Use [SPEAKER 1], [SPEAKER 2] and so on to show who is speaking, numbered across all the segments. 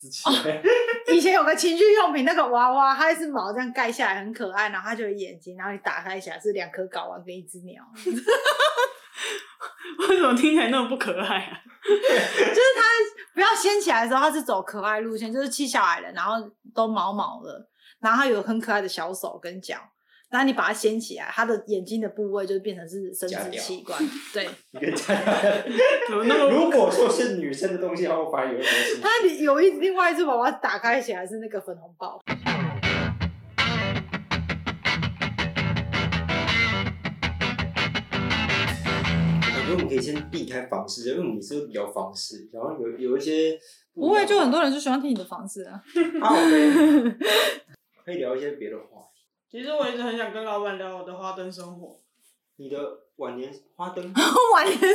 [SPEAKER 1] 之前，
[SPEAKER 2] 以前有个情趣用品那个娃娃，它是毛这样盖下来很可爱，然后它就有眼睛，然后你打开起来是两颗睾丸跟一只鸟，
[SPEAKER 3] 为什么听起来那么不可爱 啊？
[SPEAKER 2] 不要掀起来的时候它是走可爱路线，就是七小矮人，然后都毛毛的，然后它有很可爱的小手跟脚。然后你把它掀起来，它的眼睛的部位就变成是生
[SPEAKER 1] 假
[SPEAKER 2] 殖
[SPEAKER 1] 屌
[SPEAKER 2] 器官， 对，
[SPEAKER 1] 你可以加加。
[SPEAKER 3] 怎么那么
[SPEAKER 1] 如果说是女生的东西的话，我反而有点心
[SPEAKER 2] 它里有一另外一只娃娃打开起来是那个粉红豹，
[SPEAKER 1] 我觉得我们可以先避开房事，因为我们每次都聊房事，然后有有一些
[SPEAKER 2] 不会就很多人就喜欢听你的方式 啊。
[SPEAKER 1] 啊，OK 可以聊一些别的话题。
[SPEAKER 3] 其实我一直很想跟老板聊我的花灯生活。
[SPEAKER 1] 你的晚年花灯，
[SPEAKER 2] 晚年生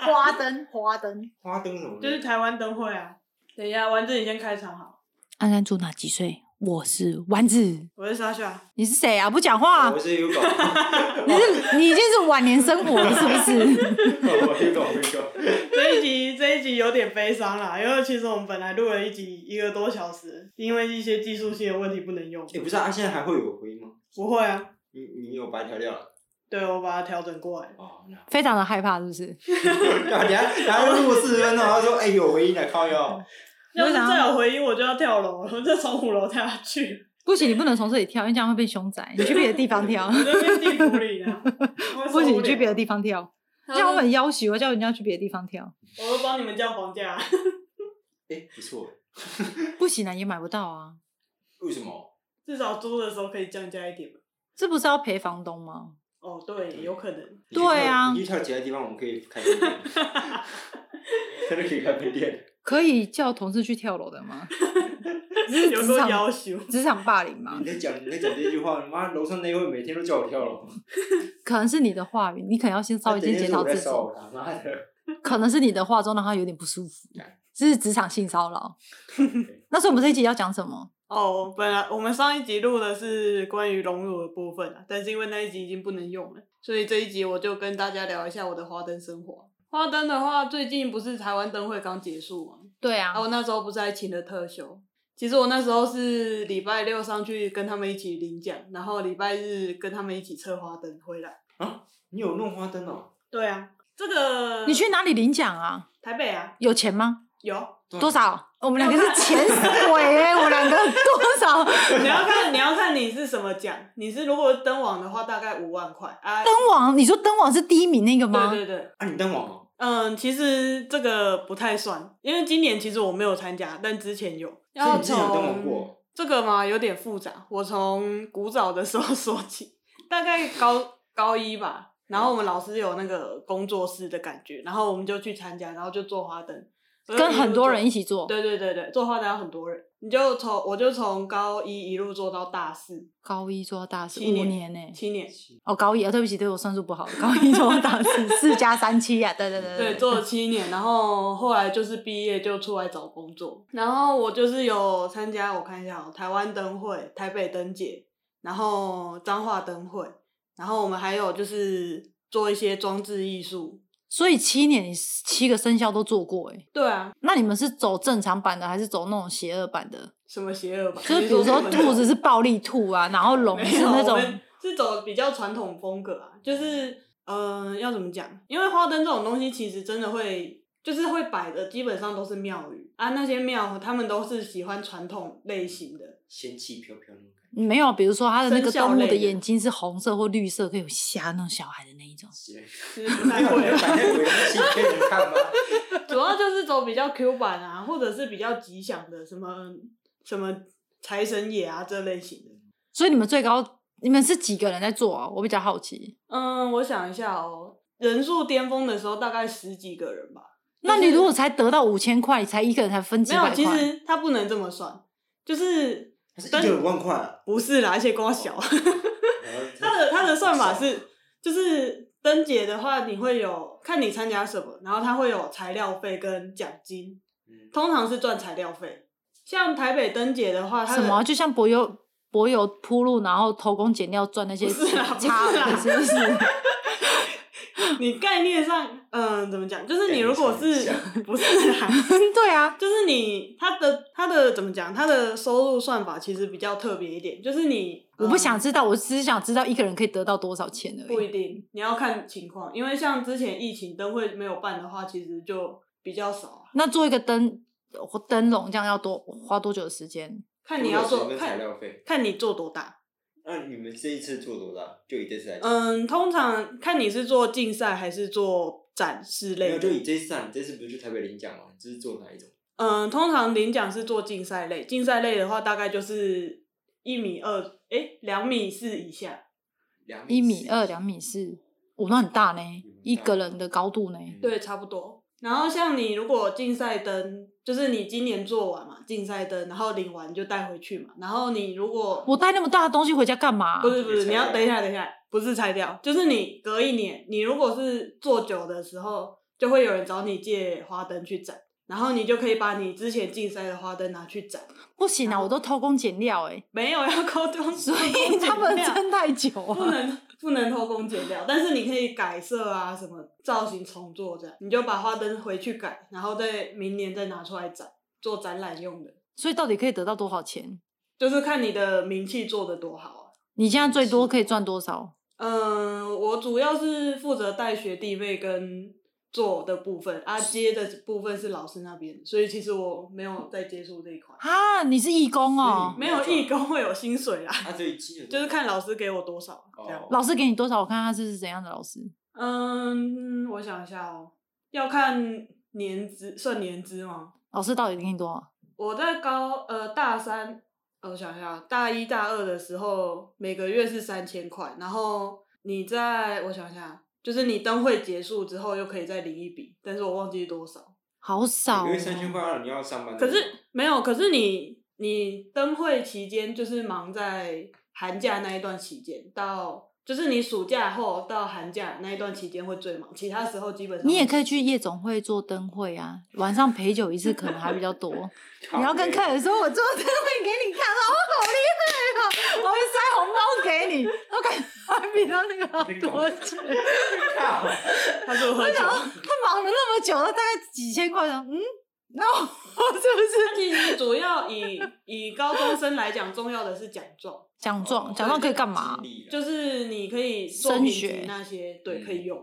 [SPEAKER 2] 花灯，花灯，
[SPEAKER 1] 花灯什么的？
[SPEAKER 3] 就是台湾灯会啊。等一下，丸子你先开场好，
[SPEAKER 4] 安安住哪几岁？我是丸子，
[SPEAKER 3] 我是莎莎。
[SPEAKER 4] 你是谁啊？不讲话
[SPEAKER 1] 我，是 Hugo，
[SPEAKER 4] 你是你已经是晚年生活了，是不是？
[SPEAKER 1] 我 Hugo Hugo，
[SPEAKER 3] 这一集这一集有点悲伤啦，因为其实我们本来录了一集一个多小时，因为一些技术性的问题不能用。
[SPEAKER 1] 也不是啊，现在还会有回吗？
[SPEAKER 3] 不会啊，
[SPEAKER 1] 你你有白调料了？
[SPEAKER 3] 对我把它调整过来。
[SPEAKER 1] 哦， 那
[SPEAKER 4] 非常的害怕，是不是？
[SPEAKER 1] 等一下等一下就录四十分钟，然后说哎有回音了，靠腰。
[SPEAKER 3] 要是
[SPEAKER 4] 我想
[SPEAKER 3] 再有回音，我就要跳楼， 我就从五楼跳下去，
[SPEAKER 4] 不行，你不能从这里跳，因为这样会被凶宅。你去别的地方跳
[SPEAKER 3] 我，就变地府里 了。
[SPEAKER 4] 不行，你去别的
[SPEAKER 3] 地，
[SPEAKER 4] 地方跳，这
[SPEAKER 3] 他
[SPEAKER 4] 样
[SPEAKER 3] 们
[SPEAKER 4] 很要挟，我叫人家去别的地方跳，
[SPEAKER 3] 我会帮你们降房价。
[SPEAKER 1] 哎，不错，
[SPEAKER 4] 不行啊，也买不到啊。
[SPEAKER 1] 为什么？
[SPEAKER 3] 至少租的时候可以降价一点吧。
[SPEAKER 4] 这不是要赔房东吗？
[SPEAKER 3] 哦，对，有可能。
[SPEAKER 1] 你去跳
[SPEAKER 4] 对啊
[SPEAKER 1] 你去跳其他地方，我们可以开分店， 真的可以开分店。
[SPEAKER 4] 可以叫同事去跳楼的吗？
[SPEAKER 3] 有
[SPEAKER 4] 职
[SPEAKER 3] 够
[SPEAKER 4] 场
[SPEAKER 3] 要求，
[SPEAKER 4] 职场霸凌吗
[SPEAKER 1] 啊你？在讲你在讲这句话，你妈楼上那一位每天都叫我跳 楼，
[SPEAKER 4] 可能是你的话语，你可能要先稍微
[SPEAKER 1] 整
[SPEAKER 4] 先
[SPEAKER 1] 天啊是
[SPEAKER 4] 检
[SPEAKER 1] 我
[SPEAKER 4] 讨
[SPEAKER 1] 在
[SPEAKER 4] 自己，
[SPEAKER 1] 骚扰他，妈的，
[SPEAKER 4] 可能是你的话中让他有点不舒服
[SPEAKER 1] 干，
[SPEAKER 4] 是职场性骚扰。那所以我们这一集要讲什么？
[SPEAKER 3] 哦，本来我们上一集录的是关于荣辱的部分啊，但是因为那一集已经不能用了，所以这一集我就跟大家聊一下我的花灯生活。花灯的话，最近不是台湾灯会刚结束吗？
[SPEAKER 4] 对啊
[SPEAKER 3] 啊，我那时候不是还请了特休。其实我那时候是礼拜六上去跟他们一起领奖，然后礼拜日跟他们一起策花灯回来。
[SPEAKER 1] 你有弄花灯哦？
[SPEAKER 3] 对啊，这个
[SPEAKER 4] 你去哪里领奖啊？
[SPEAKER 3] 台北啊？
[SPEAKER 4] 有钱吗？
[SPEAKER 3] 有，
[SPEAKER 4] 多？少？我们两个是潜水哎、我们两 个多少？
[SPEAKER 3] 你要看你要看你是什么奖，你是如果灯网的话，大概五万块啊。
[SPEAKER 4] 灯王，你说灯王是第一名那个吗？
[SPEAKER 3] 对对对，
[SPEAKER 1] 啊，你当网红？
[SPEAKER 3] 嗯，其实这个不太算，因为今年其实我没有参加，但之前有。
[SPEAKER 1] 所以
[SPEAKER 3] 要
[SPEAKER 1] 你之前有当网
[SPEAKER 3] 从
[SPEAKER 1] 过？
[SPEAKER 3] 这个嘛有点复杂，我从古早的时候说起，大概高 高一吧，然后我们老师有那个工作室的感觉，然后我们就去参加，然后就做花灯，
[SPEAKER 4] 跟很多人一
[SPEAKER 3] 起。
[SPEAKER 4] 起做。
[SPEAKER 3] 对对对对，做花灯要很多人，你就从我就从高一一路做到大四，
[SPEAKER 4] 高一做到大四
[SPEAKER 3] 七年
[SPEAKER 4] 五年呢、
[SPEAKER 3] 七年，
[SPEAKER 4] 哦，高一啊，对不起，对我算数不好。高一做到大四，四加三七啊，对对对
[SPEAKER 3] 对，做了七年，然后后来就是毕业就出来找工作，然后我就是有参加，我看一下哦，台湾灯会、台北灯节，然后彰化灯会，然后我们还有就是做一些装置艺术。
[SPEAKER 4] 所以七年你七个生肖都做过哎、
[SPEAKER 3] 对啊，
[SPEAKER 4] 那你们是走正常版的，还是走那种邪恶版的？
[SPEAKER 3] 什么邪恶吧？
[SPEAKER 4] 就是比如说兔子是暴力兔啊，然后龙
[SPEAKER 3] 没
[SPEAKER 4] 是
[SPEAKER 3] 有，
[SPEAKER 4] 那
[SPEAKER 3] 我
[SPEAKER 4] 种
[SPEAKER 3] 们是走比较传统风格啊，就是嗯、呃要怎么讲？因为花灯这种东西，其实真的会就是会摆的，基本上都是庙宇啊，那些庙他们都是喜欢传统类型的。
[SPEAKER 1] 仙气飘飘那种感
[SPEAKER 4] 没有，比如说它的那个
[SPEAKER 3] 生肖
[SPEAKER 4] 动物
[SPEAKER 3] 类的
[SPEAKER 4] 的眼睛是红色或绿色，可以有瞎那种小孩的那一种。
[SPEAKER 1] 觉。
[SPEAKER 3] 其实不太
[SPEAKER 1] 没有，
[SPEAKER 3] 会
[SPEAKER 1] 你要把那个鬼东 西给你看吗？
[SPEAKER 3] 主要就是走比较 Q 版啊，或者是比较吉祥的，什么什么财神爷啊这类型的。
[SPEAKER 4] 所以你们最高，你们是几个人在做啊？我比较好奇。
[SPEAKER 3] 嗯，我想一下哦，人数巅峰的时候大概十几个人吧。
[SPEAKER 4] 那
[SPEAKER 3] 就是
[SPEAKER 4] 你如果才得到五千块，你才一个人才分几
[SPEAKER 3] 没
[SPEAKER 4] 百
[SPEAKER 3] 有，
[SPEAKER 4] 块，
[SPEAKER 3] 其实他不能这么算，就是
[SPEAKER 1] 它是一个五万块啊。
[SPEAKER 3] 不是啦，而且光小。他的他的算法是， 就是灯节的话，你会有看你参加什么，然后它会有材料费跟奖金，
[SPEAKER 1] 嗯，
[SPEAKER 3] 通常是赚材料费。像台北灯节的话，它
[SPEAKER 4] 什
[SPEAKER 3] 的
[SPEAKER 4] 么啊就像柏油柏油铺路，然后偷工减料赚那些
[SPEAKER 3] 不是啦不是
[SPEAKER 4] 差
[SPEAKER 3] 啦
[SPEAKER 4] 额，是不是？
[SPEAKER 3] 你概念上，嗯、怎么讲？就是你如果
[SPEAKER 1] 概念
[SPEAKER 3] 是
[SPEAKER 1] 上很
[SPEAKER 3] 不是啦，
[SPEAKER 4] 对啊，
[SPEAKER 3] 就是你他的他的怎么讲？他的收入算法其实比较特别一点，就是你
[SPEAKER 4] 我不
[SPEAKER 3] 嗯
[SPEAKER 4] 想知道，我只是想知道一个人可以得到多少钱而
[SPEAKER 3] 不一
[SPEAKER 4] 已。
[SPEAKER 3] 定，你要看情况，因为像之前疫情灯会没有办的话，其实就比较少啊。
[SPEAKER 4] 那做一个灯灯笼这样要多花多久的时间？
[SPEAKER 3] 看你要做，
[SPEAKER 1] 跟材
[SPEAKER 3] 看
[SPEAKER 1] 料费。
[SPEAKER 3] 看你做多大。
[SPEAKER 1] 那你们这一次做多大？就以这次来讲，
[SPEAKER 3] 嗯，通常看你是做竞赛还是做展
[SPEAKER 1] 没
[SPEAKER 3] 示类
[SPEAKER 1] 有就以
[SPEAKER 3] 的。
[SPEAKER 1] 这次啊，你这次不是去台北领奖吗？这是做哪一种？
[SPEAKER 3] 嗯，通常领奖是做竞赛类，竞赛类的话大概就是一米二，诶，两米四以下。
[SPEAKER 1] 两
[SPEAKER 4] 一米
[SPEAKER 1] 四
[SPEAKER 4] 二、两米四，我那很大呢
[SPEAKER 1] 嗯，
[SPEAKER 4] 一个人的高度呢。
[SPEAKER 1] 嗯
[SPEAKER 3] 对，差不多。然后像你如果竞赛灯，就是你今年做完嘛，竞赛灯，然后领完就带回去嘛。然后你如果
[SPEAKER 4] 我带那么大的东西回家干嘛？
[SPEAKER 3] 不是不，
[SPEAKER 1] 就是拆
[SPEAKER 3] 你要
[SPEAKER 1] 掉
[SPEAKER 3] 等一下，等一下，不是拆掉，就是你隔一年，你如果是做久的时候，就会有人找你借花灯去展，然后你就可以把你之前竞赛的花灯拿去展。
[SPEAKER 4] 不行啊，我都偷工减料哎、
[SPEAKER 3] 没有要高中，
[SPEAKER 4] 所以他们撑太久
[SPEAKER 3] 不
[SPEAKER 4] 啊。
[SPEAKER 3] 能不能偷工减料，但是你可以改色啊，什么造型重做这样，你就把花灯回去改，然后再明年再拿出来展，做展览用的，
[SPEAKER 4] 所以到底可以得到多少钱？
[SPEAKER 3] 就是看你的名气做的多好啊。
[SPEAKER 4] 你现在最多可以赚多少？
[SPEAKER 3] 嗯，我主要是负责带学弟妹跟做的部分，啊接的部分是老师那边，所以其实我没有在接触这一块，
[SPEAKER 4] 啊，你是义工哦，
[SPEAKER 3] 没有义工会有薪水啦，
[SPEAKER 1] 啊，所以金额
[SPEAKER 3] 就是看老师给我多少啊这样
[SPEAKER 1] 哦。
[SPEAKER 4] 老师给你多少？我看他是怎样的老师。
[SPEAKER 3] 嗯，我想一下哦，要看年资，算年资吗？
[SPEAKER 4] 老师到底给你多少？
[SPEAKER 3] 我在高呃大三，呃我想一下，大一大二的时候，每个月是三千块，然后你在我想一下，就是你灯会结束之后又可以再领一笔，但是我忘记多少。
[SPEAKER 4] 好少、哦，
[SPEAKER 1] 因为三千块，啊，你要上班的
[SPEAKER 3] 可
[SPEAKER 1] 吗。
[SPEAKER 3] 是没有，可是你你灯会期间就是忙在寒假那一段期间到。就是你暑假后到寒假那一段期间会最忙，其他时候基本上
[SPEAKER 4] 你也可以去夜总会做灯会啊，晚上陪酒一次可能还比 较多。
[SPEAKER 1] 靠
[SPEAKER 4] 你要跟
[SPEAKER 1] 背
[SPEAKER 4] 客人说，我做灯会给你看，哦，好厉害哦，我会塞红包给你，我感觉还比他那个好多钱。
[SPEAKER 1] 靠
[SPEAKER 3] 他就喝酒
[SPEAKER 4] 然，后他忙了那么久，他大概几千块，我想嗯，那我 是不是
[SPEAKER 3] 其实主要以以高中生来讲，重要的是奖 状，
[SPEAKER 4] 奖
[SPEAKER 3] 哦
[SPEAKER 4] 状？奖状可以干嘛
[SPEAKER 1] 激？励啦
[SPEAKER 3] 就是你可以做
[SPEAKER 4] 升
[SPEAKER 3] 笔
[SPEAKER 4] 学
[SPEAKER 3] 记那些，对，嗯
[SPEAKER 1] 嗯
[SPEAKER 3] 可以用。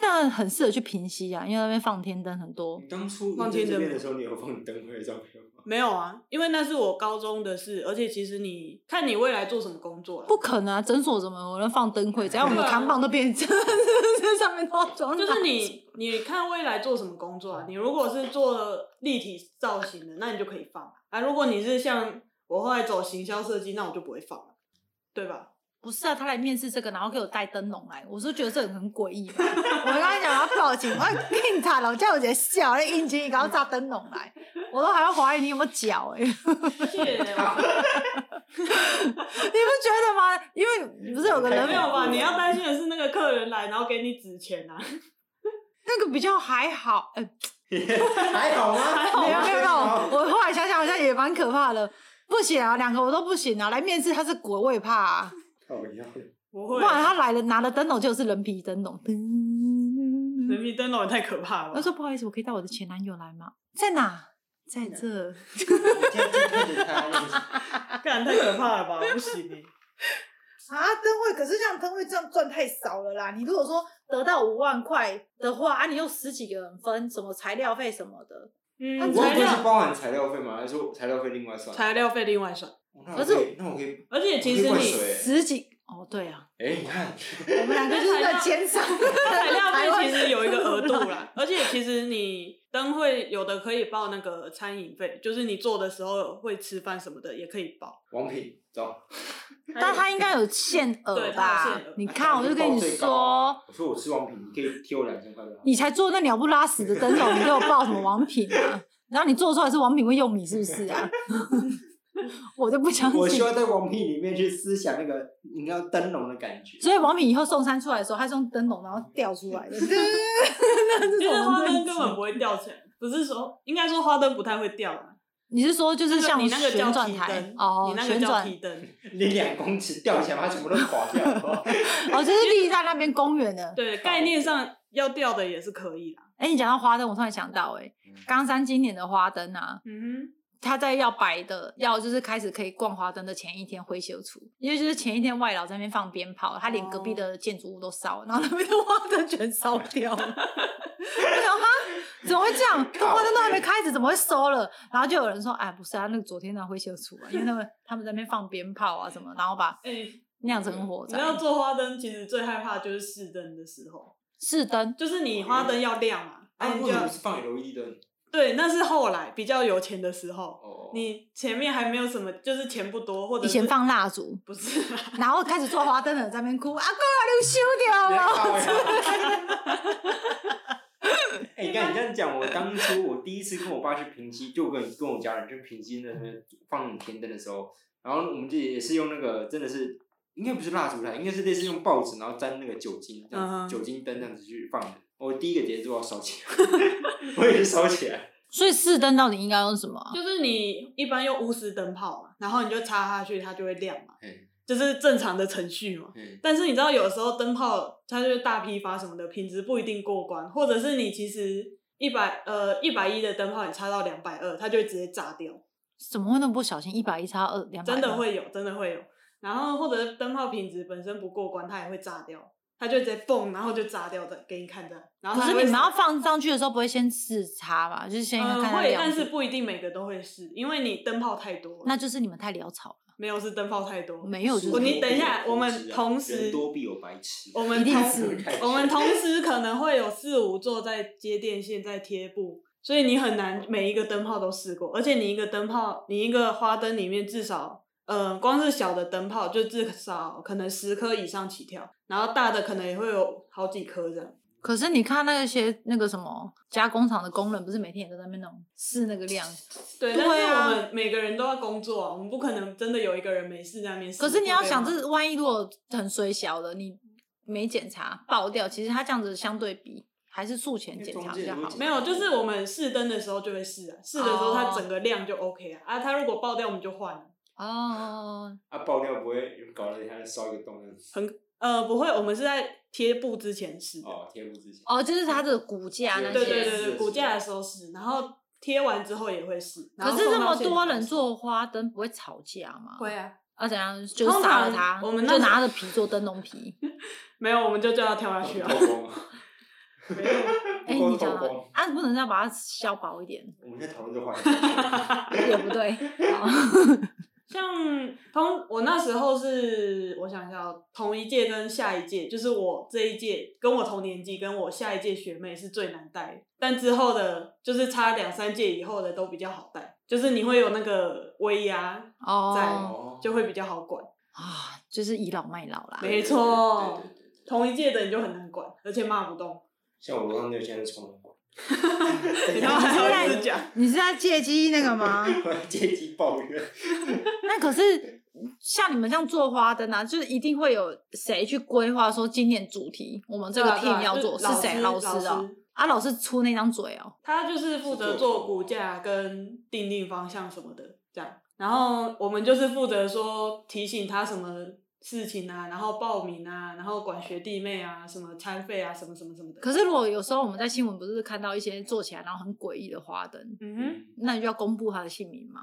[SPEAKER 4] 那很适合去平息啊，因为那边放天灯很多
[SPEAKER 1] 你。当初
[SPEAKER 3] 放
[SPEAKER 1] 在
[SPEAKER 3] 天
[SPEAKER 1] 这
[SPEAKER 3] 灯
[SPEAKER 1] 边
[SPEAKER 3] 吗
[SPEAKER 1] 的时候，你有放灯会的照片 吗？
[SPEAKER 3] 没有啊，因为那是我高中的事，而且其实你看你未来做什么工作了，
[SPEAKER 4] 不可能啊！诊所怎么有人放灯会？只要我们
[SPEAKER 3] 对啊
[SPEAKER 4] 扛棒都变成 这上面都装
[SPEAKER 3] 就是
[SPEAKER 4] 蜡
[SPEAKER 3] 你你看未来做什么工作啊？
[SPEAKER 4] 嗯
[SPEAKER 3] 你如果是做立体造型的，那你就可以放啊。如果你是像我后来走行销设计，那我就不会放了，对吧？
[SPEAKER 4] 不是啊，他来面试这个，然后给我带灯笼来，我是觉得这很很诡异吧。 我跟他讲要报警，我警察老叫我姐笑，那应急搞炸灯笼来，我都还要怀疑 你有没有脚哎、
[SPEAKER 3] 而且
[SPEAKER 4] 你不觉得吗？因为不是有个人
[SPEAKER 3] 没有吧？你要担心的是那个客人来，然后给你纸钱啊。
[SPEAKER 4] 那个比较还好，哎、
[SPEAKER 1] 还好吗？还
[SPEAKER 4] 没哎有没有没有，我后来想想好像也蛮可怕的。不行啊，两个我都不行啊！来面试他是鬼，我也怕啊。
[SPEAKER 1] 靠腰
[SPEAKER 3] 不
[SPEAKER 4] 不
[SPEAKER 3] 会啊，
[SPEAKER 4] 然他来了拿了灯笼就是人皮灯笼。
[SPEAKER 3] 人民灯笼也太可怕了
[SPEAKER 4] 他
[SPEAKER 3] 吧。
[SPEAKER 4] 说不好意思，我可以带我的前男友来吗？在哪？在这。
[SPEAKER 1] 你这样就看着他那个，
[SPEAKER 3] 干太可怕了吧，不行欸
[SPEAKER 2] 啊，灯会可是像灯会这样赚太少了啦。你如果说得到五万块的话，啊，你用十几个人分，什么材料费什么的，
[SPEAKER 3] 嗯，
[SPEAKER 1] 我
[SPEAKER 3] 材
[SPEAKER 1] 问是
[SPEAKER 3] 料
[SPEAKER 1] 包含材料费吗？还是说材料费另外算？
[SPEAKER 3] 材料费另外算，
[SPEAKER 1] 哦那
[SPEAKER 2] 可
[SPEAKER 1] 我
[SPEAKER 2] 是
[SPEAKER 1] 可以，那我可以。
[SPEAKER 3] 而且其实
[SPEAKER 1] 我可以换
[SPEAKER 3] 你
[SPEAKER 1] 水
[SPEAKER 4] 十几哦，对啊，
[SPEAKER 1] 哎，你看，
[SPEAKER 2] 我们两个就是在减少
[SPEAKER 3] 材料
[SPEAKER 2] 台湾
[SPEAKER 3] 费其实有一个额度啦，而且其实你灯会有的可以报那个餐饮费，就是你做的时候会吃饭什么的也可以报。
[SPEAKER 1] 王品走。
[SPEAKER 4] 但他应该 有限额
[SPEAKER 3] 对他有
[SPEAKER 4] 吧
[SPEAKER 3] 限额？
[SPEAKER 4] 你看，我就跟你
[SPEAKER 1] 报最高啊
[SPEAKER 4] 说，，
[SPEAKER 1] 我说我吃王品，你可以贴我两千块就好。
[SPEAKER 4] 你才做那鸟不拉屎的灯笼，你给我报什么王品啊？然后你做出来是王品会用你是不是啊？ 我就不 相
[SPEAKER 1] 我需
[SPEAKER 4] 信。
[SPEAKER 1] 要在王品里面去思想那个你要灯笼的感觉。
[SPEAKER 4] 所以王品以后送餐出来的时候，他是用灯笼然后吊出来的，
[SPEAKER 3] 其实
[SPEAKER 4] 那
[SPEAKER 3] 花
[SPEAKER 4] 是
[SPEAKER 3] 灯根本不会掉钱，不是说应该说花灯不太会掉啦，
[SPEAKER 4] 你是说就是像
[SPEAKER 3] 你那个叫
[SPEAKER 4] 旋转
[SPEAKER 3] 提
[SPEAKER 4] 台
[SPEAKER 3] 灯，
[SPEAKER 4] 哦
[SPEAKER 3] 你，那个
[SPEAKER 4] 旋
[SPEAKER 3] 叫
[SPEAKER 4] 转
[SPEAKER 3] 提灯，
[SPEAKER 1] 你两 公尺掉下来，把它全部都垮掉了。哦
[SPEAKER 4] 哦，就是立在那边公园的。
[SPEAKER 3] 对，概念上要吊的也是可以啦。
[SPEAKER 4] 哎、你讲到花灯，我突然想到、哎
[SPEAKER 1] 嗯，
[SPEAKER 4] 冈山今年的花灯啊，
[SPEAKER 3] 嗯
[SPEAKER 4] 他在要摆的，要就是开始可以逛花灯的前一天会修出，因为就是前一天外老在那边放鞭炮，他连隔壁
[SPEAKER 3] 哦
[SPEAKER 4] 的建筑物都烧，然后那边的花灯全烧掉了。 我想哈，啊怎么会这样？都花灯都还没开始，怎么会收了？然后就有人说，哎，不是啊，那个昨天那会修出啊，因为他 们他们在那边放鞭炮啊什么，然后把
[SPEAKER 3] 哎、
[SPEAKER 4] 酿成火
[SPEAKER 3] 你
[SPEAKER 4] 灾
[SPEAKER 3] 知。道做花灯其实最害怕就是试灯的时候，
[SPEAKER 4] 是灯，
[SPEAKER 3] 就是你
[SPEAKER 4] 哦
[SPEAKER 3] 花灯要亮嘛，哎、
[SPEAKER 1] 啊，
[SPEAKER 3] 你
[SPEAKER 1] 为
[SPEAKER 3] 就
[SPEAKER 1] 什
[SPEAKER 3] 要
[SPEAKER 1] 么是放 LED 灯？
[SPEAKER 3] 对，那是后来比较有钱的时候，
[SPEAKER 1] 哦，
[SPEAKER 3] 你前面还没有什么，就是钱不多，或者
[SPEAKER 4] 以前
[SPEAKER 3] 是
[SPEAKER 4] 放蜡烛，
[SPEAKER 3] 不是啊啦，
[SPEAKER 4] 然后开始做花灯的人在那边哭，阿公啊，你修
[SPEAKER 1] 你
[SPEAKER 4] 掉
[SPEAKER 3] 哦
[SPEAKER 1] 在
[SPEAKER 4] 了。
[SPEAKER 1] 大卫啊 哎，
[SPEAKER 3] 嗯
[SPEAKER 1] 你看你这样讲，我当初我第一次跟我爸去平溪，就跟跟我家人去平溪那边放甜灯的时候，然后我们就也是用那个真的是应该不是蜡烛台，应该是类似用报纸，然后沾那个酒精这
[SPEAKER 3] 嗯
[SPEAKER 1] 样
[SPEAKER 3] 哼
[SPEAKER 1] 子酒精灯这样子去放的。 我第一个直接就要烧起来，我也是烧起 来。
[SPEAKER 4] 所以试灯到底应该用什么啊？
[SPEAKER 3] 就是你一般用钨丝灯泡嘛，然后你就插下去，它就会亮嘛，
[SPEAKER 1] 嗯
[SPEAKER 3] 就是正常的程序嘛。
[SPEAKER 1] 嗯
[SPEAKER 3] 但是你知道，有时候灯泡它就是大批发什么的，品质不一定过关，或者是你其实一百呃一百一的灯泡，你插到两百二，它就会直接炸掉，
[SPEAKER 4] 怎么会那么不小心？一百一差二两百，
[SPEAKER 3] 真的会有，真的会有。然后或者是灯泡品质本身不过关，它也会炸掉，它就直接蹦，然后就炸掉的，给你看的。然后
[SPEAKER 4] 可
[SPEAKER 3] 它
[SPEAKER 4] 是
[SPEAKER 3] 会
[SPEAKER 4] 你们要放上去的时候，不会先试插嘛？就是先看
[SPEAKER 3] 嗯
[SPEAKER 4] 它
[SPEAKER 3] 会，
[SPEAKER 4] 亮
[SPEAKER 3] 但
[SPEAKER 4] 度
[SPEAKER 3] 是不一定每个都会试，因为你灯泡太多了。
[SPEAKER 4] 那嗯就是你们太潦草了。
[SPEAKER 3] 没有是灯泡太多，
[SPEAKER 4] 没有就是
[SPEAKER 3] 我你等一下，
[SPEAKER 1] 人多必有
[SPEAKER 3] 我
[SPEAKER 1] 白痴啊
[SPEAKER 3] 们同时哦
[SPEAKER 1] 人多必有白痴，
[SPEAKER 3] 我们
[SPEAKER 4] 一定
[SPEAKER 3] 同
[SPEAKER 4] 是
[SPEAKER 3] 我们同时可能会有四五座在接电线在贴布，所以你很难每一个灯泡都试过，而且你一个灯泡，你一个花灯里面至少。呃，光是小的灯泡就至少可能十颗以上起跳，然后大的可能也会有好几颗这样。
[SPEAKER 4] 可是你看那些那个什么加工厂的工人，不是每天也都在那边弄试那个量？
[SPEAKER 3] 对，
[SPEAKER 4] 对
[SPEAKER 3] 但是
[SPEAKER 4] 啊
[SPEAKER 3] 我们每个人都要工作啊，我们不可能真的有一个人没事在那边试。
[SPEAKER 4] 可是你要想，
[SPEAKER 3] 对吗啊
[SPEAKER 4] 这万一如果很水小的，你没检查爆掉，其实它这样子相对比还是术前检查比
[SPEAKER 1] 因为中间
[SPEAKER 4] 较
[SPEAKER 1] 也
[SPEAKER 4] 好
[SPEAKER 1] 会。
[SPEAKER 3] 没有，就是我们试灯的时候就会试啊，试的时候它整个量就 OK 啊，啊，它如果爆掉我们就换了。
[SPEAKER 4] 哦，
[SPEAKER 1] 啊爆掉不会搞得它烧一个洞这样子
[SPEAKER 3] 呃，不会，我们是在贴布之前试的，
[SPEAKER 1] 哦，贴不之前
[SPEAKER 4] 哦，就是它的骨架那些。
[SPEAKER 3] 对对
[SPEAKER 1] 是
[SPEAKER 3] 对对，
[SPEAKER 1] 是
[SPEAKER 3] 骨架的时候试，然后贴完之后也会试。然
[SPEAKER 4] 可
[SPEAKER 3] 后
[SPEAKER 4] 是这
[SPEAKER 3] 送到
[SPEAKER 4] 么
[SPEAKER 3] 现
[SPEAKER 4] 多
[SPEAKER 3] 场
[SPEAKER 4] 人
[SPEAKER 3] 试，
[SPEAKER 4] 做花灯，不会吵架吗？
[SPEAKER 3] 会啊，
[SPEAKER 4] 啊，怎样？就是
[SPEAKER 3] 通
[SPEAKER 4] 杀了
[SPEAKER 3] 常
[SPEAKER 4] 它，
[SPEAKER 3] 我们那
[SPEAKER 4] 就
[SPEAKER 3] 时候
[SPEAKER 4] 拿着皮做灯笼皮。
[SPEAKER 3] 没有，我们就叫它跳下去啊，
[SPEAKER 1] 透光啊，
[SPEAKER 3] 没有，
[SPEAKER 4] 哎、
[SPEAKER 1] 不够
[SPEAKER 4] 你
[SPEAKER 1] 透
[SPEAKER 4] 讲到
[SPEAKER 1] 光。
[SPEAKER 4] 啊，不能再把它削薄一点，
[SPEAKER 1] 我们在讨论这个话题，
[SPEAKER 4] 也不 对。好
[SPEAKER 3] 像同我那时候是，我想一下哦，同一届跟下一届，就是我这一届跟我同年纪，跟我下一届学妹是最难带的，但之后的，就是差两三届以后的都比较好带，就是你会有那个威压，
[SPEAKER 4] 哦
[SPEAKER 1] 哦
[SPEAKER 3] 就会比较好管。
[SPEAKER 4] 啊，就是倚老卖老啦。
[SPEAKER 3] 没
[SPEAKER 1] 对
[SPEAKER 3] 错
[SPEAKER 1] 对对对对对
[SPEAKER 3] 同一届的你就很难管，而且骂不动，
[SPEAKER 1] 像我楼上那个现在是 冲浪，
[SPEAKER 3] 你要还要一直讲。
[SPEAKER 2] 你是在借机那个吗？
[SPEAKER 1] 借机抱怨，
[SPEAKER 4] 那可是像你们这样做花灯啊，就是一定会有谁去规划说今年主题，我们这个 team 要做、
[SPEAKER 3] 对啊对啊
[SPEAKER 4] 是谁？
[SPEAKER 3] 就
[SPEAKER 4] 老
[SPEAKER 3] 老
[SPEAKER 4] 师
[SPEAKER 3] 师
[SPEAKER 4] 啊、
[SPEAKER 3] 老师
[SPEAKER 4] 啊，老师出那张嘴哦、
[SPEAKER 3] 他就是负责做骨架跟定定方向什么的，这样。然后我们就是负责说提醒他什么事情啊，然后报名啊，然后管学弟妹啊，什么餐费啊，什么什么什么的。
[SPEAKER 4] 可是如果有时候我们在新闻不是看到一些做起来然后很诡异的花灯，
[SPEAKER 3] 嗯
[SPEAKER 4] 那你就要公布他的姓名嘛？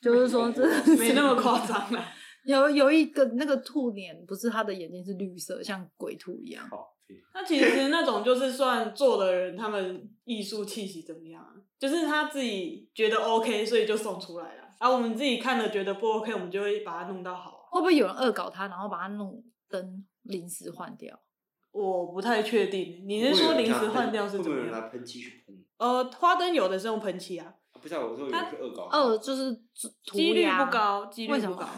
[SPEAKER 4] 就是说这
[SPEAKER 3] 哼，没那么夸张啊啦。
[SPEAKER 4] 有有一个那个兔脸，不是他的眼睛是绿色，像鬼兔一样。
[SPEAKER 1] 好，可以
[SPEAKER 3] 那其实那种就是算做的人，他们艺术气息怎么样啊？就是他自己觉得 OK，所以就送出来了。啊，我们自己看了觉得不 OK，我们就会把它弄到好啊。
[SPEAKER 4] 会不会有人恶搞他，然后把他弄灯临时换掉？
[SPEAKER 3] 我不太确定，你是说临时换掉是怎
[SPEAKER 1] 会不会有
[SPEAKER 3] 么
[SPEAKER 1] 人
[SPEAKER 3] 样？
[SPEAKER 1] 拿喷漆去喷？
[SPEAKER 3] 呃，花灯有的是用喷漆啊，
[SPEAKER 1] 啊不是啊，我说有人是恶搞。
[SPEAKER 4] 恶哦就是涂
[SPEAKER 3] 几率
[SPEAKER 4] 鸦
[SPEAKER 3] 不。高，几率
[SPEAKER 4] 为什
[SPEAKER 3] 不
[SPEAKER 4] 么
[SPEAKER 3] 高。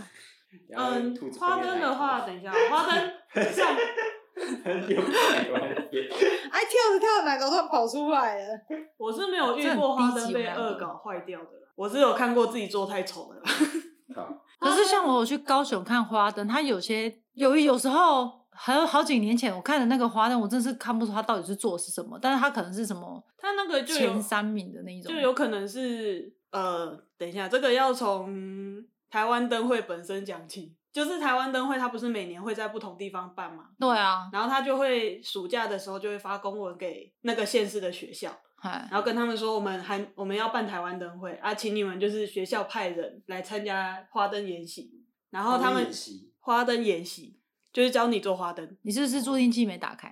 [SPEAKER 1] 然后
[SPEAKER 3] 嗯
[SPEAKER 1] 兔，子
[SPEAKER 3] 花
[SPEAKER 1] 喷进来
[SPEAKER 3] 灯的
[SPEAKER 4] 啊
[SPEAKER 3] 话，等一下，哦花 灯像
[SPEAKER 1] 又不喜欢别 人
[SPEAKER 2] 哎，跳着跳着，奶头突然跑出来了。
[SPEAKER 3] 我是没有遇
[SPEAKER 4] 这很
[SPEAKER 3] 过花
[SPEAKER 4] 低
[SPEAKER 3] 灯
[SPEAKER 4] 级
[SPEAKER 3] 被
[SPEAKER 4] 玩
[SPEAKER 3] 恶
[SPEAKER 4] 意
[SPEAKER 3] 搞坏掉的啦，我是有看过自己做太丑的啦。
[SPEAKER 1] 好，
[SPEAKER 4] 可是像我有去高雄看花灯，它有些有有时候还有好几年前我看的那个花灯，我真是看不出它到底是做的是什么，但是它可能是什么
[SPEAKER 3] 他那个就有
[SPEAKER 4] 前三名的那一种
[SPEAKER 3] 就，有可能是呃，等一下，这个要从台湾灯会本身讲起。就是台湾灯会，它不是每年会在不同地方办嘛，
[SPEAKER 4] 对啊，
[SPEAKER 3] 然后他就会暑假的时候就会发公文给那个县市的学校，
[SPEAKER 4] 哎，
[SPEAKER 3] 然后跟他们说我们还我们要办台湾灯会啊，请你们就是学校派人来参加花灯演习，然后他们
[SPEAKER 1] 演习嗯
[SPEAKER 3] 花灯演习就是教你做花灯，
[SPEAKER 4] 你是不是助听器没打 开？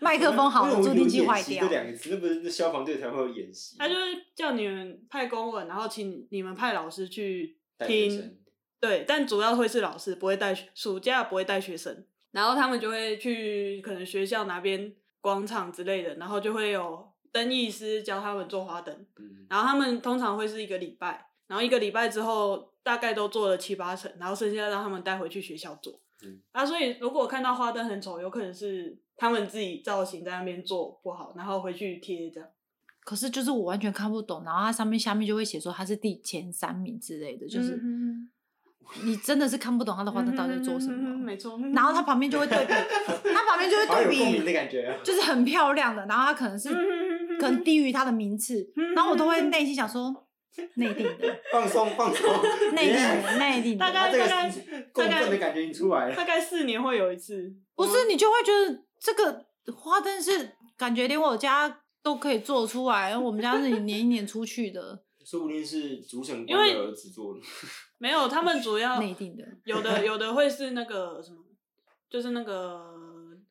[SPEAKER 4] 麦克风好
[SPEAKER 1] 因为
[SPEAKER 4] 了，
[SPEAKER 1] 我
[SPEAKER 4] 助
[SPEAKER 1] 有
[SPEAKER 4] 听器
[SPEAKER 1] 演
[SPEAKER 4] 坏
[SPEAKER 1] 习
[SPEAKER 4] 掉
[SPEAKER 1] 这。两个词，那不是消防队才会有演习？
[SPEAKER 3] 他就是叫你们派公文，然后请你们派老师去
[SPEAKER 1] 带学
[SPEAKER 3] 听
[SPEAKER 1] 生，
[SPEAKER 3] 对，但主要会是老师，不会带学暑假不会带学生，然后他们就会去可能学校哪边广场之类的，然后就会有灯艺师教他们做花灯，
[SPEAKER 1] 嗯，
[SPEAKER 3] 然后他们通常会是一个礼拜，然后一个礼拜之后大概都做了七八成，然后剩下让他们带回去学校做。
[SPEAKER 1] 嗯
[SPEAKER 3] 啊，所以如果看到花灯很丑，有可能是他们自己造型在那边做不好，然后回去贴这样。
[SPEAKER 4] 可是就是我完全看不懂，然后它上面下面就会写说它是第前三名之类的，就是、
[SPEAKER 3] 嗯
[SPEAKER 4] 你真的是看不懂它的花灯到底在做什
[SPEAKER 3] 嗯
[SPEAKER 4] 么。
[SPEAKER 3] 没错。
[SPEAKER 4] 然后它旁边就会对比，它旁边就会
[SPEAKER 1] 好有
[SPEAKER 4] 对
[SPEAKER 1] 共鸣的
[SPEAKER 4] 比，
[SPEAKER 1] 感觉啊。
[SPEAKER 4] 就是很漂亮的，然后它可能是
[SPEAKER 3] 嗯
[SPEAKER 4] 可能低于它的名次，然后我都会内心想说，内定的，
[SPEAKER 1] 放 松放松，
[SPEAKER 4] 内定
[SPEAKER 1] Yeah
[SPEAKER 4] 的，内定
[SPEAKER 3] 大
[SPEAKER 4] 的。
[SPEAKER 1] 啊
[SPEAKER 3] 概
[SPEAKER 1] 这
[SPEAKER 3] 大概
[SPEAKER 1] 个共振的感觉已经出来 了。
[SPEAKER 3] 大概四年会有一次，
[SPEAKER 4] 不是你就会觉得这个花灯是感觉连我家都可以做出来，我们家是一年一年出去 的
[SPEAKER 1] 说不定是主审
[SPEAKER 3] 因
[SPEAKER 1] 官
[SPEAKER 3] 为
[SPEAKER 1] 的儿子 做的，
[SPEAKER 3] 没有，他们主要
[SPEAKER 4] 内定的。
[SPEAKER 3] 有的有的会是那个什么，就是那个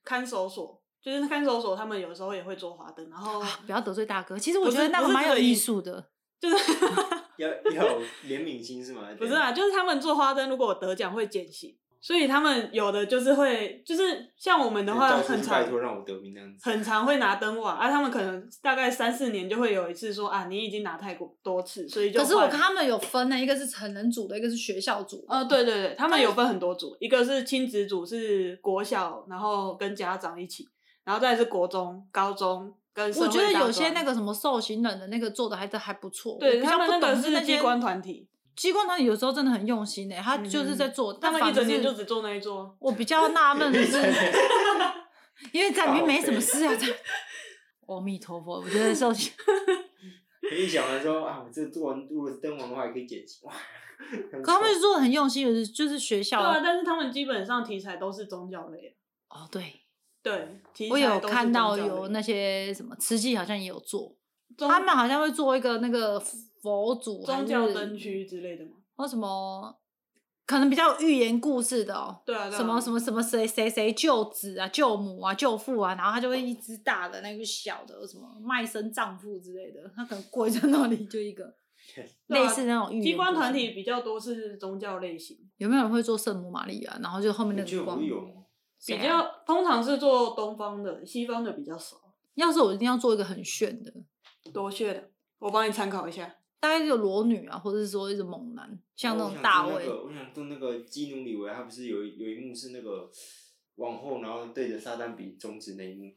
[SPEAKER 3] 看守所，就是看守所他们有时候也会做花灯，然后
[SPEAKER 4] 啊，不要得罪大哥，其实我
[SPEAKER 3] 不是
[SPEAKER 4] 觉得那
[SPEAKER 3] 不
[SPEAKER 4] 个
[SPEAKER 3] 是
[SPEAKER 4] 蛮
[SPEAKER 3] 这
[SPEAKER 4] 有
[SPEAKER 3] 个
[SPEAKER 4] 艺
[SPEAKER 3] 意
[SPEAKER 4] 术的。
[SPEAKER 3] 就是
[SPEAKER 1] 要要有怜悯心是吗？
[SPEAKER 3] 不是啊，就是他们做花灯，如果得奖会减刑，所以他们有的就是会，就是像我们的话
[SPEAKER 1] 教授
[SPEAKER 3] 很
[SPEAKER 1] 就
[SPEAKER 3] 常
[SPEAKER 1] 拜托让我得名那样子。
[SPEAKER 3] 很常会拿灯碗啊，他们可能大概三四年就会有一次说啊，你已经拿太过多次，所以就
[SPEAKER 4] 可是我
[SPEAKER 3] 换
[SPEAKER 4] 看他们有分呢，一个是成人组的，一个是学校组。
[SPEAKER 3] 呃，对对对，他们有分很多组，一个是亲子组，是国小，然后跟家长一起，然后再来是国中、高中跟社
[SPEAKER 4] 我
[SPEAKER 3] 会
[SPEAKER 4] 觉得
[SPEAKER 3] 大
[SPEAKER 4] 有些
[SPEAKER 3] 专
[SPEAKER 4] 那个什么受刑人的那个做的还是还不错。我
[SPEAKER 3] 对
[SPEAKER 4] 比
[SPEAKER 3] 他
[SPEAKER 4] 较
[SPEAKER 3] 们
[SPEAKER 4] 不
[SPEAKER 3] 那
[SPEAKER 4] 懂
[SPEAKER 3] 个
[SPEAKER 4] 是那
[SPEAKER 3] 是机
[SPEAKER 4] 些
[SPEAKER 3] 关团体，
[SPEAKER 4] 机关团体有时候真的很用心诶，他就是在
[SPEAKER 3] 嗯
[SPEAKER 4] 做，
[SPEAKER 3] 他
[SPEAKER 4] 但
[SPEAKER 3] 们
[SPEAKER 4] 反
[SPEAKER 3] 一整
[SPEAKER 4] 而
[SPEAKER 3] 年
[SPEAKER 4] 是
[SPEAKER 3] 就只做那一座。
[SPEAKER 4] 我比较纳闷的是， 因为在里面没什么事啊，
[SPEAKER 3] 哦
[SPEAKER 4] 在。阿弥陀佛，我觉得受 刑
[SPEAKER 1] 可以想完说啊，我这做完如果是灯完的话，也可以减刑哇。很
[SPEAKER 4] 可他们
[SPEAKER 1] 爽
[SPEAKER 4] 是做的很用心，有时就是学校
[SPEAKER 3] 对啊，但是他们基本上题材都是宗教类的，
[SPEAKER 4] 哦，对
[SPEAKER 3] 对，题
[SPEAKER 4] 我
[SPEAKER 3] 材
[SPEAKER 4] 有
[SPEAKER 3] 都是
[SPEAKER 4] 看
[SPEAKER 3] 宗
[SPEAKER 4] 到
[SPEAKER 3] 教
[SPEAKER 4] 有
[SPEAKER 3] 类
[SPEAKER 4] 那些什么慈济好像也有做，
[SPEAKER 3] 宗
[SPEAKER 4] 他们好像会做一个那个佛祖还
[SPEAKER 3] 宗教
[SPEAKER 4] 是
[SPEAKER 3] 灯区之类的嘛。
[SPEAKER 4] 或什么，可能比较有寓言故事的哦。
[SPEAKER 3] 对啊，对啊
[SPEAKER 4] 什么什么什么谁谁谁救子啊、救母啊、救父啊，然后他就会一只大的，那个小的什么卖身丈夫之类的，他可能跪在那里就一个
[SPEAKER 3] 对啊
[SPEAKER 4] 类似那种寓言
[SPEAKER 3] 机关
[SPEAKER 4] 故事
[SPEAKER 3] 团体比较多是宗教类型，
[SPEAKER 4] 有没有人会做圣母玛利亚？然后就后面那
[SPEAKER 1] 我觉
[SPEAKER 4] 个
[SPEAKER 1] 得
[SPEAKER 4] 光
[SPEAKER 1] 我有哦，
[SPEAKER 4] 谁
[SPEAKER 3] 比
[SPEAKER 4] 啊
[SPEAKER 3] 较通常是做东方的，西方的比较少。
[SPEAKER 4] 要是我一定要做一个很炫的，
[SPEAKER 3] 多血的，我帮你参考一下。
[SPEAKER 4] 大概就裸女啊，或者是说一只猛男，像那
[SPEAKER 3] 哦
[SPEAKER 1] 我
[SPEAKER 4] 种
[SPEAKER 1] 想
[SPEAKER 4] 大
[SPEAKER 1] 做
[SPEAKER 4] 卫。
[SPEAKER 1] 那个我想做那个基努里维，他不是有一有一幕是那个往后，然后对着撒旦比中指那一幕。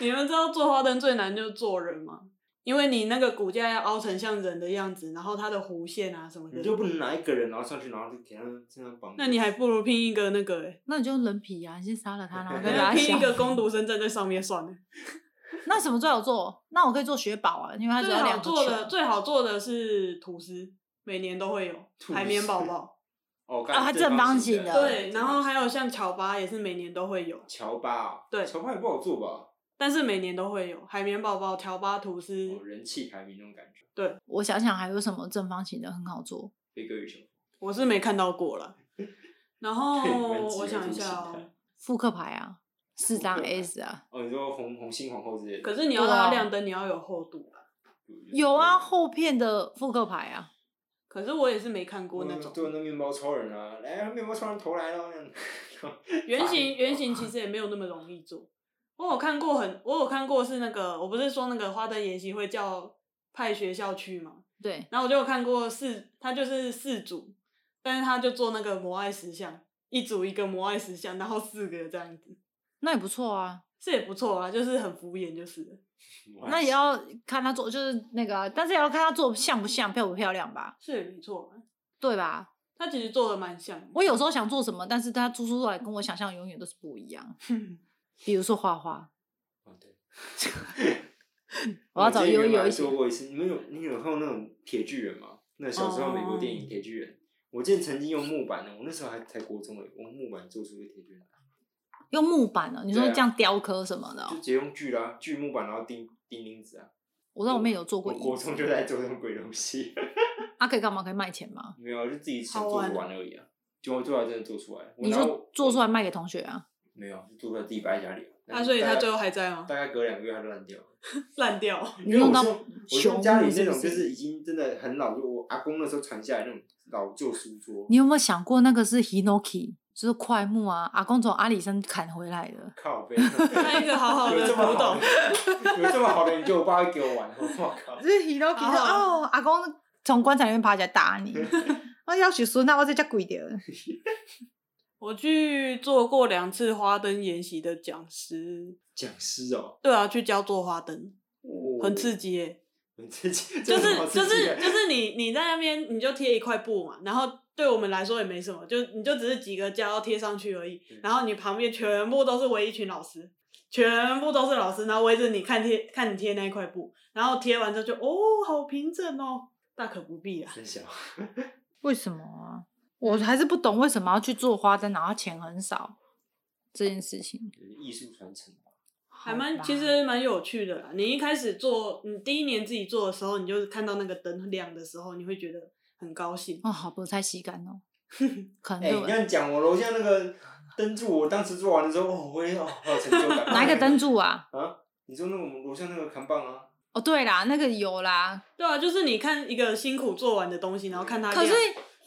[SPEAKER 3] 你们知道做花灯最难就是做人吗？因为你那个骨架要凹成像人的样子，然后它的弧线啊什么
[SPEAKER 1] 你就
[SPEAKER 3] 的，
[SPEAKER 1] 不能拿一个人，然后上去，然后就给他身上绑。
[SPEAKER 3] 那你还不如拼一个那个、欸，
[SPEAKER 4] 那你就用人皮啊，你先杀了他，然后 再把
[SPEAKER 3] 那
[SPEAKER 4] 他
[SPEAKER 3] 拼
[SPEAKER 4] 想
[SPEAKER 3] 一个攻读生站在上面算了。
[SPEAKER 4] 那什么最好做？那我可以做雪宝啊，因为它只
[SPEAKER 3] 最
[SPEAKER 4] 要
[SPEAKER 3] 好
[SPEAKER 4] 两个
[SPEAKER 3] 做
[SPEAKER 4] 球。
[SPEAKER 3] 的最好做的是吐司，每年都会
[SPEAKER 1] 吐
[SPEAKER 3] 有海绵
[SPEAKER 1] 司
[SPEAKER 3] 宝宝，
[SPEAKER 1] 哦，
[SPEAKER 4] 啊它
[SPEAKER 1] 干
[SPEAKER 4] 正方形的
[SPEAKER 3] 对，然后还有像乔巴也是每年都会有，
[SPEAKER 1] 乔巴哦，
[SPEAKER 3] 对
[SPEAKER 1] 乔巴也不好做吧？
[SPEAKER 3] 但是每年都会有海绵宝宝、乔巴吐司，
[SPEAKER 1] 哦，人气排名那种感觉，
[SPEAKER 4] 我想想还有什么正方形的很好做？
[SPEAKER 1] 飞哥与熊，
[SPEAKER 3] 我是没看到过 了。然后
[SPEAKER 1] 你们几个
[SPEAKER 3] 我想一
[SPEAKER 1] 这么
[SPEAKER 3] 下
[SPEAKER 1] 心
[SPEAKER 3] 哦、
[SPEAKER 1] 态
[SPEAKER 4] 复刻牌啊，四张
[SPEAKER 1] 复刻牌
[SPEAKER 4] S 啊，
[SPEAKER 1] 哦，你说红红心皇后之类的，
[SPEAKER 3] 可是你要
[SPEAKER 4] 对啊
[SPEAKER 3] 让它亮灯，你要有厚度啊。
[SPEAKER 4] 有啊，后片的复刻牌啊，
[SPEAKER 3] 可是我也是没看过
[SPEAKER 1] 我
[SPEAKER 3] 那
[SPEAKER 1] 那
[SPEAKER 3] 种
[SPEAKER 1] 对那面包超人啊，来面包超人投来了，
[SPEAKER 3] 圆形，圆形其实也没有那么容易做。我有看过很，我有看过是那个，我不是说那个花灯研习会叫派学校去嘛，
[SPEAKER 4] 对，
[SPEAKER 3] 然后我就有看过四，他就是四组，但是他就做那个摩艾石像，一组一个摩艾石像，然后四个这样子，
[SPEAKER 4] 那也不错啊。
[SPEAKER 3] 这也不错啊，就是很敷衍就是了。
[SPEAKER 4] 那也要看他做，就是那个啊，但是也要看他做像不像、漂不漂亮吧，
[SPEAKER 3] 是也没错啊，
[SPEAKER 4] 对吧？
[SPEAKER 3] 他其实做的蛮像的。
[SPEAKER 4] 我 有时候想做什么，但是他做出来跟我想象永远都是不一样。比如说画画，
[SPEAKER 1] 哦对
[SPEAKER 4] 我要找
[SPEAKER 1] 之前
[SPEAKER 4] 悠
[SPEAKER 1] 原本
[SPEAKER 4] 悠
[SPEAKER 1] 还
[SPEAKER 4] 一起哦
[SPEAKER 1] 说过一次，你们有你有看过那种铁巨人吗？那小时候美国电影《铁巨人》我之前曾经用木板呢，我那时候还才国中诶，我用木板做出一个铁卷闸，
[SPEAKER 4] 用木板哦、你说
[SPEAKER 1] 对啊
[SPEAKER 4] 这样雕刻什么的哦、
[SPEAKER 1] 就直接用锯啦，锯木板然后钉钉钉子啊。
[SPEAKER 4] 我知道我妹有做过
[SPEAKER 1] 我国
[SPEAKER 4] 椅子，
[SPEAKER 1] 中就在做这种鬼东西，
[SPEAKER 4] 啊，可以干嘛？可以卖钱吗？
[SPEAKER 1] 没有，就自己想
[SPEAKER 3] 好
[SPEAKER 1] 做
[SPEAKER 3] 玩
[SPEAKER 1] 着玩而已啊。结果最后还真的做出来了，我
[SPEAKER 4] 你
[SPEAKER 1] 拿我
[SPEAKER 4] 说做出来卖给同学啊？
[SPEAKER 1] 没有，就做出来自己摆在家里啊。
[SPEAKER 3] 啊，所以
[SPEAKER 1] 大
[SPEAKER 3] 他
[SPEAKER 1] 概
[SPEAKER 3] 最后还在吗？
[SPEAKER 1] 大概隔两个月它就烂掉了。
[SPEAKER 3] 烂掉。
[SPEAKER 4] 你
[SPEAKER 1] 因为
[SPEAKER 4] 弄
[SPEAKER 1] 我
[SPEAKER 4] 到
[SPEAKER 1] 是我是
[SPEAKER 4] 朽
[SPEAKER 1] 家里
[SPEAKER 4] 木是
[SPEAKER 1] 那
[SPEAKER 4] 不
[SPEAKER 1] 种就是是已经真的很老，就我阿公那时候传下来那种老旧书桌。
[SPEAKER 4] 你有没有想过那个是 hinoki，就是块木啊？阿公从阿里山砍回来的。
[SPEAKER 1] 靠背，
[SPEAKER 3] 那一个好 好
[SPEAKER 1] 有
[SPEAKER 3] 的
[SPEAKER 1] 这么
[SPEAKER 3] 古
[SPEAKER 1] 好
[SPEAKER 3] 董，
[SPEAKER 1] 的， 有这么好的，你就我爸会给我玩，我靠！
[SPEAKER 2] 就是提到提
[SPEAKER 3] 好
[SPEAKER 2] 到
[SPEAKER 3] 好
[SPEAKER 2] 哦，
[SPEAKER 4] 哦，阿公从棺材里面爬起来打 你，
[SPEAKER 2] 我要许孙，
[SPEAKER 4] 啊
[SPEAKER 2] 那我在家跪掉。
[SPEAKER 3] 我去做过两次花灯研习的讲师，
[SPEAKER 1] 讲师哦，
[SPEAKER 3] 对啊，去教做花灯，
[SPEAKER 1] 哦
[SPEAKER 3] 很刺，激耶、
[SPEAKER 1] 很刺激，
[SPEAKER 3] 就
[SPEAKER 1] 这
[SPEAKER 3] 是
[SPEAKER 1] 有什么刺
[SPEAKER 3] 就
[SPEAKER 1] 激
[SPEAKER 3] 是
[SPEAKER 1] 的
[SPEAKER 3] 就是你你在那边你就贴一块布嘛，然后对我们来说也没什么，就你就只是几个胶贴上去而已
[SPEAKER 1] 嗯，
[SPEAKER 3] 然后你旁边全部都是围一群老师，全部都是老师，然后围着你看贴看你贴那一块布，然后贴完之后就哦好平整哦，大可不必啦。
[SPEAKER 1] 很小，
[SPEAKER 4] 为什么啊？我还是不懂为什么要去做花灯，然后钱很少这件事情。
[SPEAKER 1] 艺术传承吧。
[SPEAKER 3] 还蛮
[SPEAKER 4] 好吧
[SPEAKER 3] 其实蛮有趣的啦。你一开始做，你第一年自己做的时候，你就是看到那个灯亮的时候，你会觉得很高兴。
[SPEAKER 4] 哦，好不太喜感哦，可能
[SPEAKER 1] 哎，
[SPEAKER 4] 对
[SPEAKER 1] 你
[SPEAKER 4] 我
[SPEAKER 1] 这样讲，我楼下那个灯柱，我当时做完的时候，哦，我也哦，好有成就 感。
[SPEAKER 4] 哪一个灯？柱啊？
[SPEAKER 1] 啊， 你说那个我们楼下那个扛棒啊？
[SPEAKER 4] 哦，对啦，那个有啦。
[SPEAKER 3] 对啊，就是你看一个辛苦做完的东西，然后看它
[SPEAKER 4] 可是
[SPEAKER 3] 亮。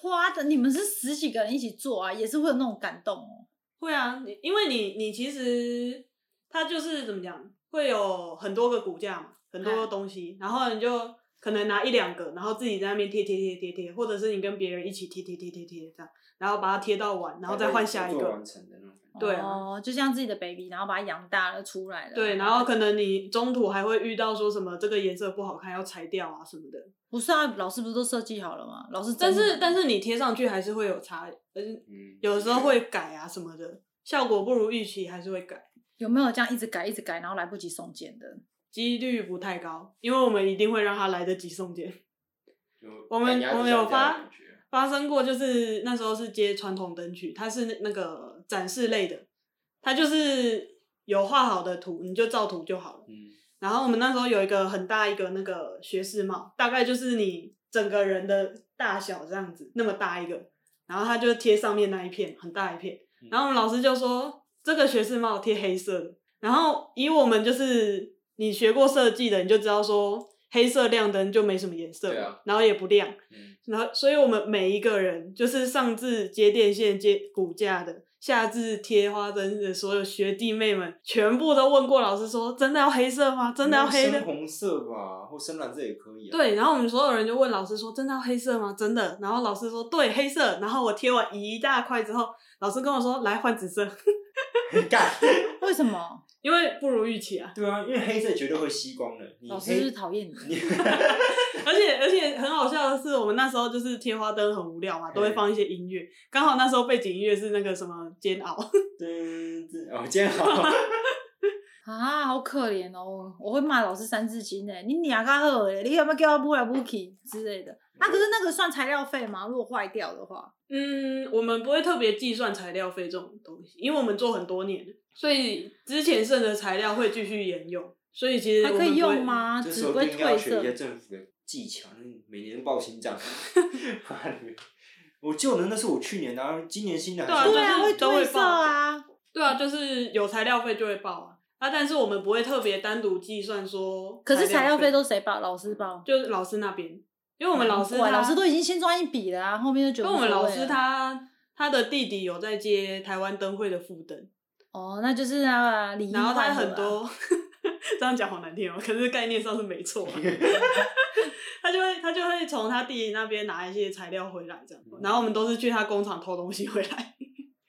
[SPEAKER 4] 花的，你们是十几个人一起做啊，也是会有那种感动哦。
[SPEAKER 3] 会啊，你因为你你其实它就是怎么讲，会有很多个骨架嘛，很多东西，然后你就可能拿一两个，然后自己在那边贴贴贴贴贴，或者是你跟别人一起贴贴贴贴贴这样，然后把它贴到完，然后再换下一
[SPEAKER 1] 做
[SPEAKER 3] 个
[SPEAKER 1] 完。成的那种感觉。
[SPEAKER 3] 对啊
[SPEAKER 4] 哦，就像自己的 baby，然后把它养大了出来了。
[SPEAKER 3] 对，然后可能你中途还会遇到说什么这个颜色不好看要裁掉啊什么的，
[SPEAKER 4] 不是啊，老师不是都设计好了吗？老师
[SPEAKER 3] 但
[SPEAKER 4] 真的，
[SPEAKER 3] 是但是你贴上去还是会有差，而且
[SPEAKER 1] 嗯，
[SPEAKER 3] 有时候会改啊什么的，效果不如预期还是会改。
[SPEAKER 4] 有没有这样一直改一直改，然后来不及送检的？
[SPEAKER 3] 几率不太高，因为我们一定会让它来得及送检。
[SPEAKER 1] 有
[SPEAKER 3] 我们
[SPEAKER 1] 赶鸭子
[SPEAKER 3] 我们有
[SPEAKER 1] 上架的
[SPEAKER 3] 发
[SPEAKER 1] 感觉
[SPEAKER 3] 发生过，就是那时候是接传统灯具，它是那那个展示类的，它就是有画好的图，你就照图就好了。
[SPEAKER 1] 嗯，
[SPEAKER 3] 然后我们那时候有一个很大一个那个学士帽，大概就是你整个人的大小这样子，那么大一个。然后他就贴上面那一片，很大一片
[SPEAKER 1] 嗯。
[SPEAKER 3] 然后我们老师就说这个学士帽贴黑色的。然后以我们就是你学过设计的，你就知道说黑色亮灯就没什么颜色，
[SPEAKER 1] 对啊
[SPEAKER 3] 然后也不亮。
[SPEAKER 1] 嗯
[SPEAKER 3] 然后，所以我们每一个人，就是上至接电线、接骨架的，下至贴花针的所有学弟妹们，全部都问过老师说：“真的要黑色吗？真的要黑
[SPEAKER 1] 深
[SPEAKER 3] 的
[SPEAKER 1] 红色吧，或深蓝色也可以、？”啊。，
[SPEAKER 3] 对，然后我们所有人就问老师说：“真的要黑色吗？”真的。然后老师说：“对，黑色。”然后我贴完一大块之后，老师跟我说：“来换紫色，
[SPEAKER 1] 干，
[SPEAKER 4] 为什么？
[SPEAKER 3] 因为不如预期啊。
[SPEAKER 1] 对啊，因为黑色绝对会吸光的。你
[SPEAKER 4] 老师是
[SPEAKER 1] 黑
[SPEAKER 4] 不是讨 厌你？
[SPEAKER 3] 而且而且很好笑的是，我们那时候就是贴花灯很无聊嘛，都会放一些音乐。刚好那时候背景音乐是那个什么煎熬。
[SPEAKER 1] 噔噔哦，这样好，
[SPEAKER 4] 啊，好可怜哦！我会骂老师三字经诶，你娘个好诶，你有没有叫我不来不去之类的？啊，可是那个算材料费吗？如果坏掉的话，
[SPEAKER 3] 嗯，我们不会特别计算材料费这种东西，因为我们做很多年了，所以之前剩的材料会继续沿用。所以其实
[SPEAKER 4] 还
[SPEAKER 3] 我
[SPEAKER 4] 可
[SPEAKER 3] 们
[SPEAKER 4] 以
[SPEAKER 3] 不会
[SPEAKER 4] 用？吗？
[SPEAKER 1] 这
[SPEAKER 4] 只
[SPEAKER 1] 时候
[SPEAKER 4] 会
[SPEAKER 1] 一定要
[SPEAKER 4] 褪
[SPEAKER 1] 学一些
[SPEAKER 4] 色。
[SPEAKER 1] 政府的技巧，那每年报新账。 妈的我旧的那是我去年的、啊，今年新的还是
[SPEAKER 3] 对
[SPEAKER 4] 对啊，
[SPEAKER 3] 就是
[SPEAKER 4] 会
[SPEAKER 3] 都会
[SPEAKER 4] 褪色啊。
[SPEAKER 3] 对啊，就是有材料费就会报啊，啊，但是我们不会特别单独计算说。
[SPEAKER 4] 可是材料费
[SPEAKER 3] 费
[SPEAKER 4] 都谁报？老师报。
[SPEAKER 3] 就是老师那边，因为我们老师
[SPEAKER 4] 哇
[SPEAKER 3] 他
[SPEAKER 4] 老师都已经先赚一笔了啊，后面就觉
[SPEAKER 3] 因
[SPEAKER 4] 得
[SPEAKER 3] 为
[SPEAKER 4] 无
[SPEAKER 3] 我
[SPEAKER 4] 所
[SPEAKER 3] 们老
[SPEAKER 4] 谓
[SPEAKER 3] 师
[SPEAKER 4] 了啊
[SPEAKER 3] 他他的弟弟有在接台湾灯会的副灯，
[SPEAKER 4] 哦，那就是啊，礼仪
[SPEAKER 3] 然后
[SPEAKER 4] 办
[SPEAKER 3] 他
[SPEAKER 4] 的
[SPEAKER 3] 很
[SPEAKER 4] 啦
[SPEAKER 3] 多，这样讲好难听哦、可是概念上是没错 啊、他就会他就会从他弟弟那边拿一些材料回来，这样，
[SPEAKER 4] 嗯
[SPEAKER 3] 然后我们都是去他工厂偷东西回来，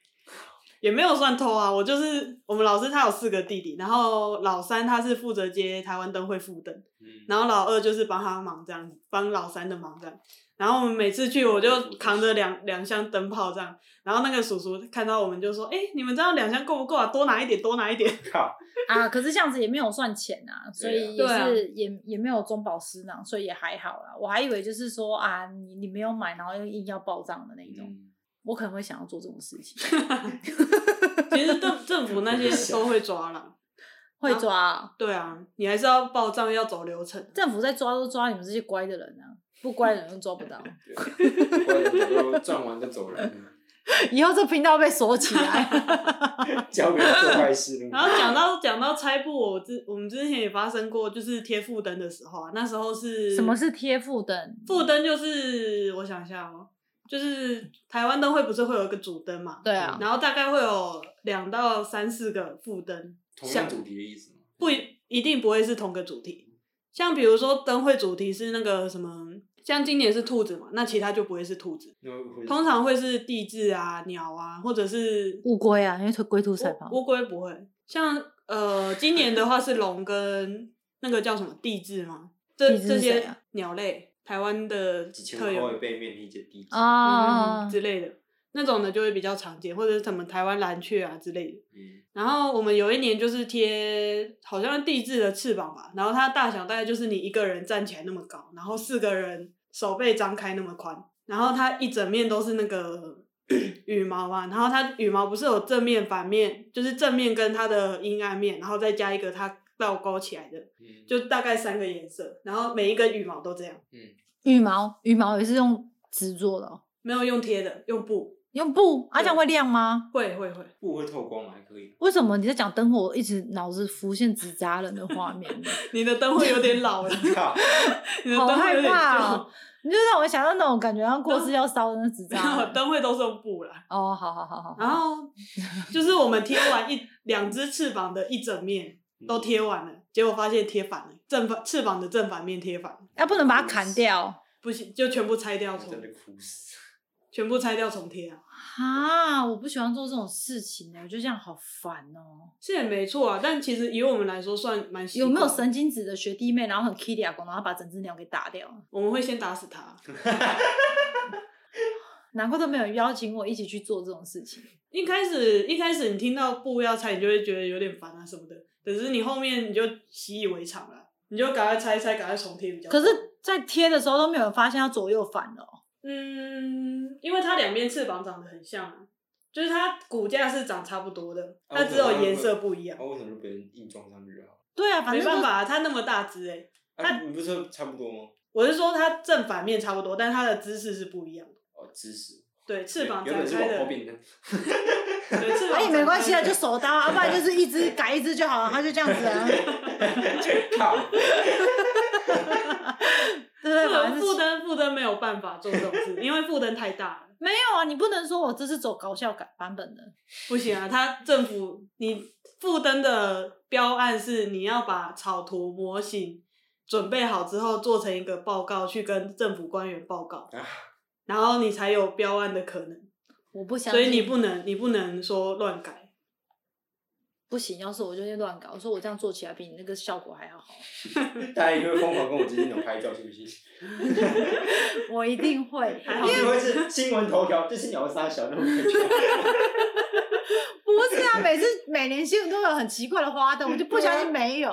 [SPEAKER 3] 也没有算偷啊。我就是我们老师他有四个弟弟，然后老三他是负责接台湾灯会副灯，
[SPEAKER 1] 嗯
[SPEAKER 3] 然后老二就是帮他忙这样，帮老三的忙这样。然后我们每次去，我就扛着两两箱灯泡这样，然后那个叔叔看到我们就说：“哎、你们这样两箱够不够啊？多拿一点，多拿一点。
[SPEAKER 1] 嗯靠，
[SPEAKER 4] 啊，可是这样子也没有算钱啊，所以也
[SPEAKER 3] 对啊
[SPEAKER 4] 是也也没有中饱私囊，所以也还好啦。我还以为就是说啊，你你没有买，然后又硬要报账的那一种，
[SPEAKER 1] 嗯
[SPEAKER 4] 我可能会想要做这种事 情，”
[SPEAKER 3] 其实政政府那些都会抓了，
[SPEAKER 4] 会抓啊、
[SPEAKER 3] 对啊，你还是要报账，要走流程。
[SPEAKER 4] 政府在抓都抓你们这些乖的人啊，不乖的人都抓不到。
[SPEAKER 1] 对，不然我都赚完就走了，
[SPEAKER 4] 以后这频道被锁起来，
[SPEAKER 1] 交给人做坏事
[SPEAKER 3] 然
[SPEAKER 1] 了。
[SPEAKER 3] 后讲到讲到拆布，我之我们之前也发生过，就是贴副灯的时候啊，那时候 是
[SPEAKER 4] 什么是贴附灯？
[SPEAKER 3] 副灯？就是我想一下哦，就是台湾灯会不是会有一个主灯嘛，
[SPEAKER 4] 对啊，
[SPEAKER 3] 然后大概会有两到三四个副灯，
[SPEAKER 1] 同样主题的意思吗？
[SPEAKER 3] 不一一定不会是同个主题。像比如说灯会主题是那个什么，像今年是兔子嘛，那其他就不会是兔子，
[SPEAKER 1] 那会，
[SPEAKER 3] 通常会是地质啊、鸟啊，或者是
[SPEAKER 4] 乌龟啊，因为龟兔赛跑
[SPEAKER 3] 乌乌龟不会。像呃，今年的话是龙跟那个叫什么地质嘛，这
[SPEAKER 4] 地质是
[SPEAKER 3] 这
[SPEAKER 4] 谁
[SPEAKER 3] 些
[SPEAKER 4] 啊哦
[SPEAKER 3] 鸟类，台湾的
[SPEAKER 1] 几千
[SPEAKER 3] 特
[SPEAKER 1] 块
[SPEAKER 3] 有
[SPEAKER 1] 会背面理解地址，
[SPEAKER 4] 啊
[SPEAKER 3] 嗯，之类的那种的就会比较常见，或者是什么台湾蓝雀啊之类的。
[SPEAKER 1] 嗯，
[SPEAKER 3] 然后我们有一年就是贴好像地质的翅膀吧，然后它的大小大概就是你一个人站起来那么高，然后四个人手背张开那么宽，然后它一整面都是那个 羽毛嘛，然后它羽毛不是有正面、反面，就是正面跟它的阴暗面，然后再加一个它倒钩起来的，
[SPEAKER 1] 嗯
[SPEAKER 3] 就大概三个颜色，然后每一根羽毛都这样，
[SPEAKER 4] 羽毛羽毛也是用纸做的、哦，
[SPEAKER 3] 没有用贴的，用布，
[SPEAKER 4] 用布，啊，
[SPEAKER 3] 对
[SPEAKER 4] 这样会亮吗？
[SPEAKER 3] 会会会，
[SPEAKER 1] 不会透光嘛，还可以。
[SPEAKER 4] 为什么你在讲灯火，我一直脑子浮现纸扎人的画面呢？
[SPEAKER 3] 你的灯会有点老了，
[SPEAKER 1] 靠，
[SPEAKER 3] 你的
[SPEAKER 4] 好
[SPEAKER 3] 灯会有
[SPEAKER 4] 害
[SPEAKER 3] 点
[SPEAKER 4] 怕哦
[SPEAKER 3] 旧，！
[SPEAKER 4] 你就让我想到那种感觉，像过世要烧的那纸
[SPEAKER 3] 然
[SPEAKER 4] 扎
[SPEAKER 3] 后
[SPEAKER 4] 人。
[SPEAKER 3] 灯会都是用布啦。
[SPEAKER 4] 哦，好好好好
[SPEAKER 3] 然
[SPEAKER 4] 好，
[SPEAKER 3] 后就是我们贴完一两只翅膀的一整面
[SPEAKER 1] 嗯
[SPEAKER 3] 都贴完了，结果发现贴反了，正反翅膀的正反面贴反了，
[SPEAKER 4] 要啊不能把它砍掉
[SPEAKER 3] 不行就全部拆掉
[SPEAKER 1] 我
[SPEAKER 3] 重
[SPEAKER 1] 哦真，的哭死。
[SPEAKER 3] 全部拆掉重贴啊，
[SPEAKER 4] 啊！我不喜欢做这种事情呢，我觉得这样好烦哦。
[SPEAKER 3] 是也没错啊，但其实以我们来说算蛮习
[SPEAKER 4] 有
[SPEAKER 3] 惯
[SPEAKER 4] 没有？神经质的学弟妹，然后很 kitty 阿公，然后把整只鸟给打掉？
[SPEAKER 3] 我们会先打死它，
[SPEAKER 4] 难怪都没有邀请我一起去做这种事情。
[SPEAKER 3] 一开始一开始你听到布要拆，你就会觉得有点烦啊什么的，可是你后面你就习以为常了。你就赶快拆一拆，赶快重贴比较好。
[SPEAKER 4] 可是，在贴的时候都没有人发现它左右反了哦、
[SPEAKER 3] 嗯，因为它两边翅膀长得很像啊，就是它骨架是长差不多的，
[SPEAKER 1] 啊
[SPEAKER 3] 它只有颜色不一样
[SPEAKER 1] 那。啊为什么就别人硬装上去啊？
[SPEAKER 4] 对啊，反
[SPEAKER 3] 没
[SPEAKER 4] 正
[SPEAKER 3] 办
[SPEAKER 4] 就
[SPEAKER 3] 法啊，它那么大只哎、
[SPEAKER 1] 啊，你不是说差不多吗？
[SPEAKER 3] 我是说它正反面差不多，但它的姿势是不一样的。
[SPEAKER 1] 哦，知识，
[SPEAKER 3] 对，翅膀
[SPEAKER 1] 原
[SPEAKER 3] 展
[SPEAKER 1] 本是
[SPEAKER 3] 开
[SPEAKER 1] 往
[SPEAKER 3] 的
[SPEAKER 1] 后，变的，
[SPEAKER 3] 对，翅膀
[SPEAKER 4] 哎、
[SPEAKER 3] 展开
[SPEAKER 4] 没关系啊，
[SPEAKER 3] 的
[SPEAKER 4] 就手刀啊，要不然就是一只改一只就好了，他就这样子 啊，对
[SPEAKER 1] 靠，
[SPEAKER 4] 不对？反
[SPEAKER 3] 不能
[SPEAKER 4] 正
[SPEAKER 3] 负
[SPEAKER 4] 是
[SPEAKER 3] 灯，负灯没有办法做这种事，因为负灯太大了，
[SPEAKER 4] 没有啊，你不能说我这是走搞笑感版本的，
[SPEAKER 3] 不行啊。它政府你负灯的标案是你要把草图模型准备好之后，做成一个报告去跟政府官员报告
[SPEAKER 1] 啊，
[SPEAKER 3] 然后你才有标案的可能。
[SPEAKER 4] 我不相
[SPEAKER 3] 所
[SPEAKER 4] 信。
[SPEAKER 3] 以你不能，你不能说乱改。
[SPEAKER 4] 不行，要是我就会乱搞，我说我这样做起来比你那个效果还要 好，
[SPEAKER 1] 大家一定会疯狂跟我基金总拍照，是不是？
[SPEAKER 4] 我一定会。
[SPEAKER 3] 还
[SPEAKER 1] 然
[SPEAKER 3] 好
[SPEAKER 1] 后就会是新闻头条，这是鸟杀小那种感觉。
[SPEAKER 4] 不是啊，每次每年新闻都有很奇怪的花灯，我就不相
[SPEAKER 3] 啊
[SPEAKER 4] 信没有。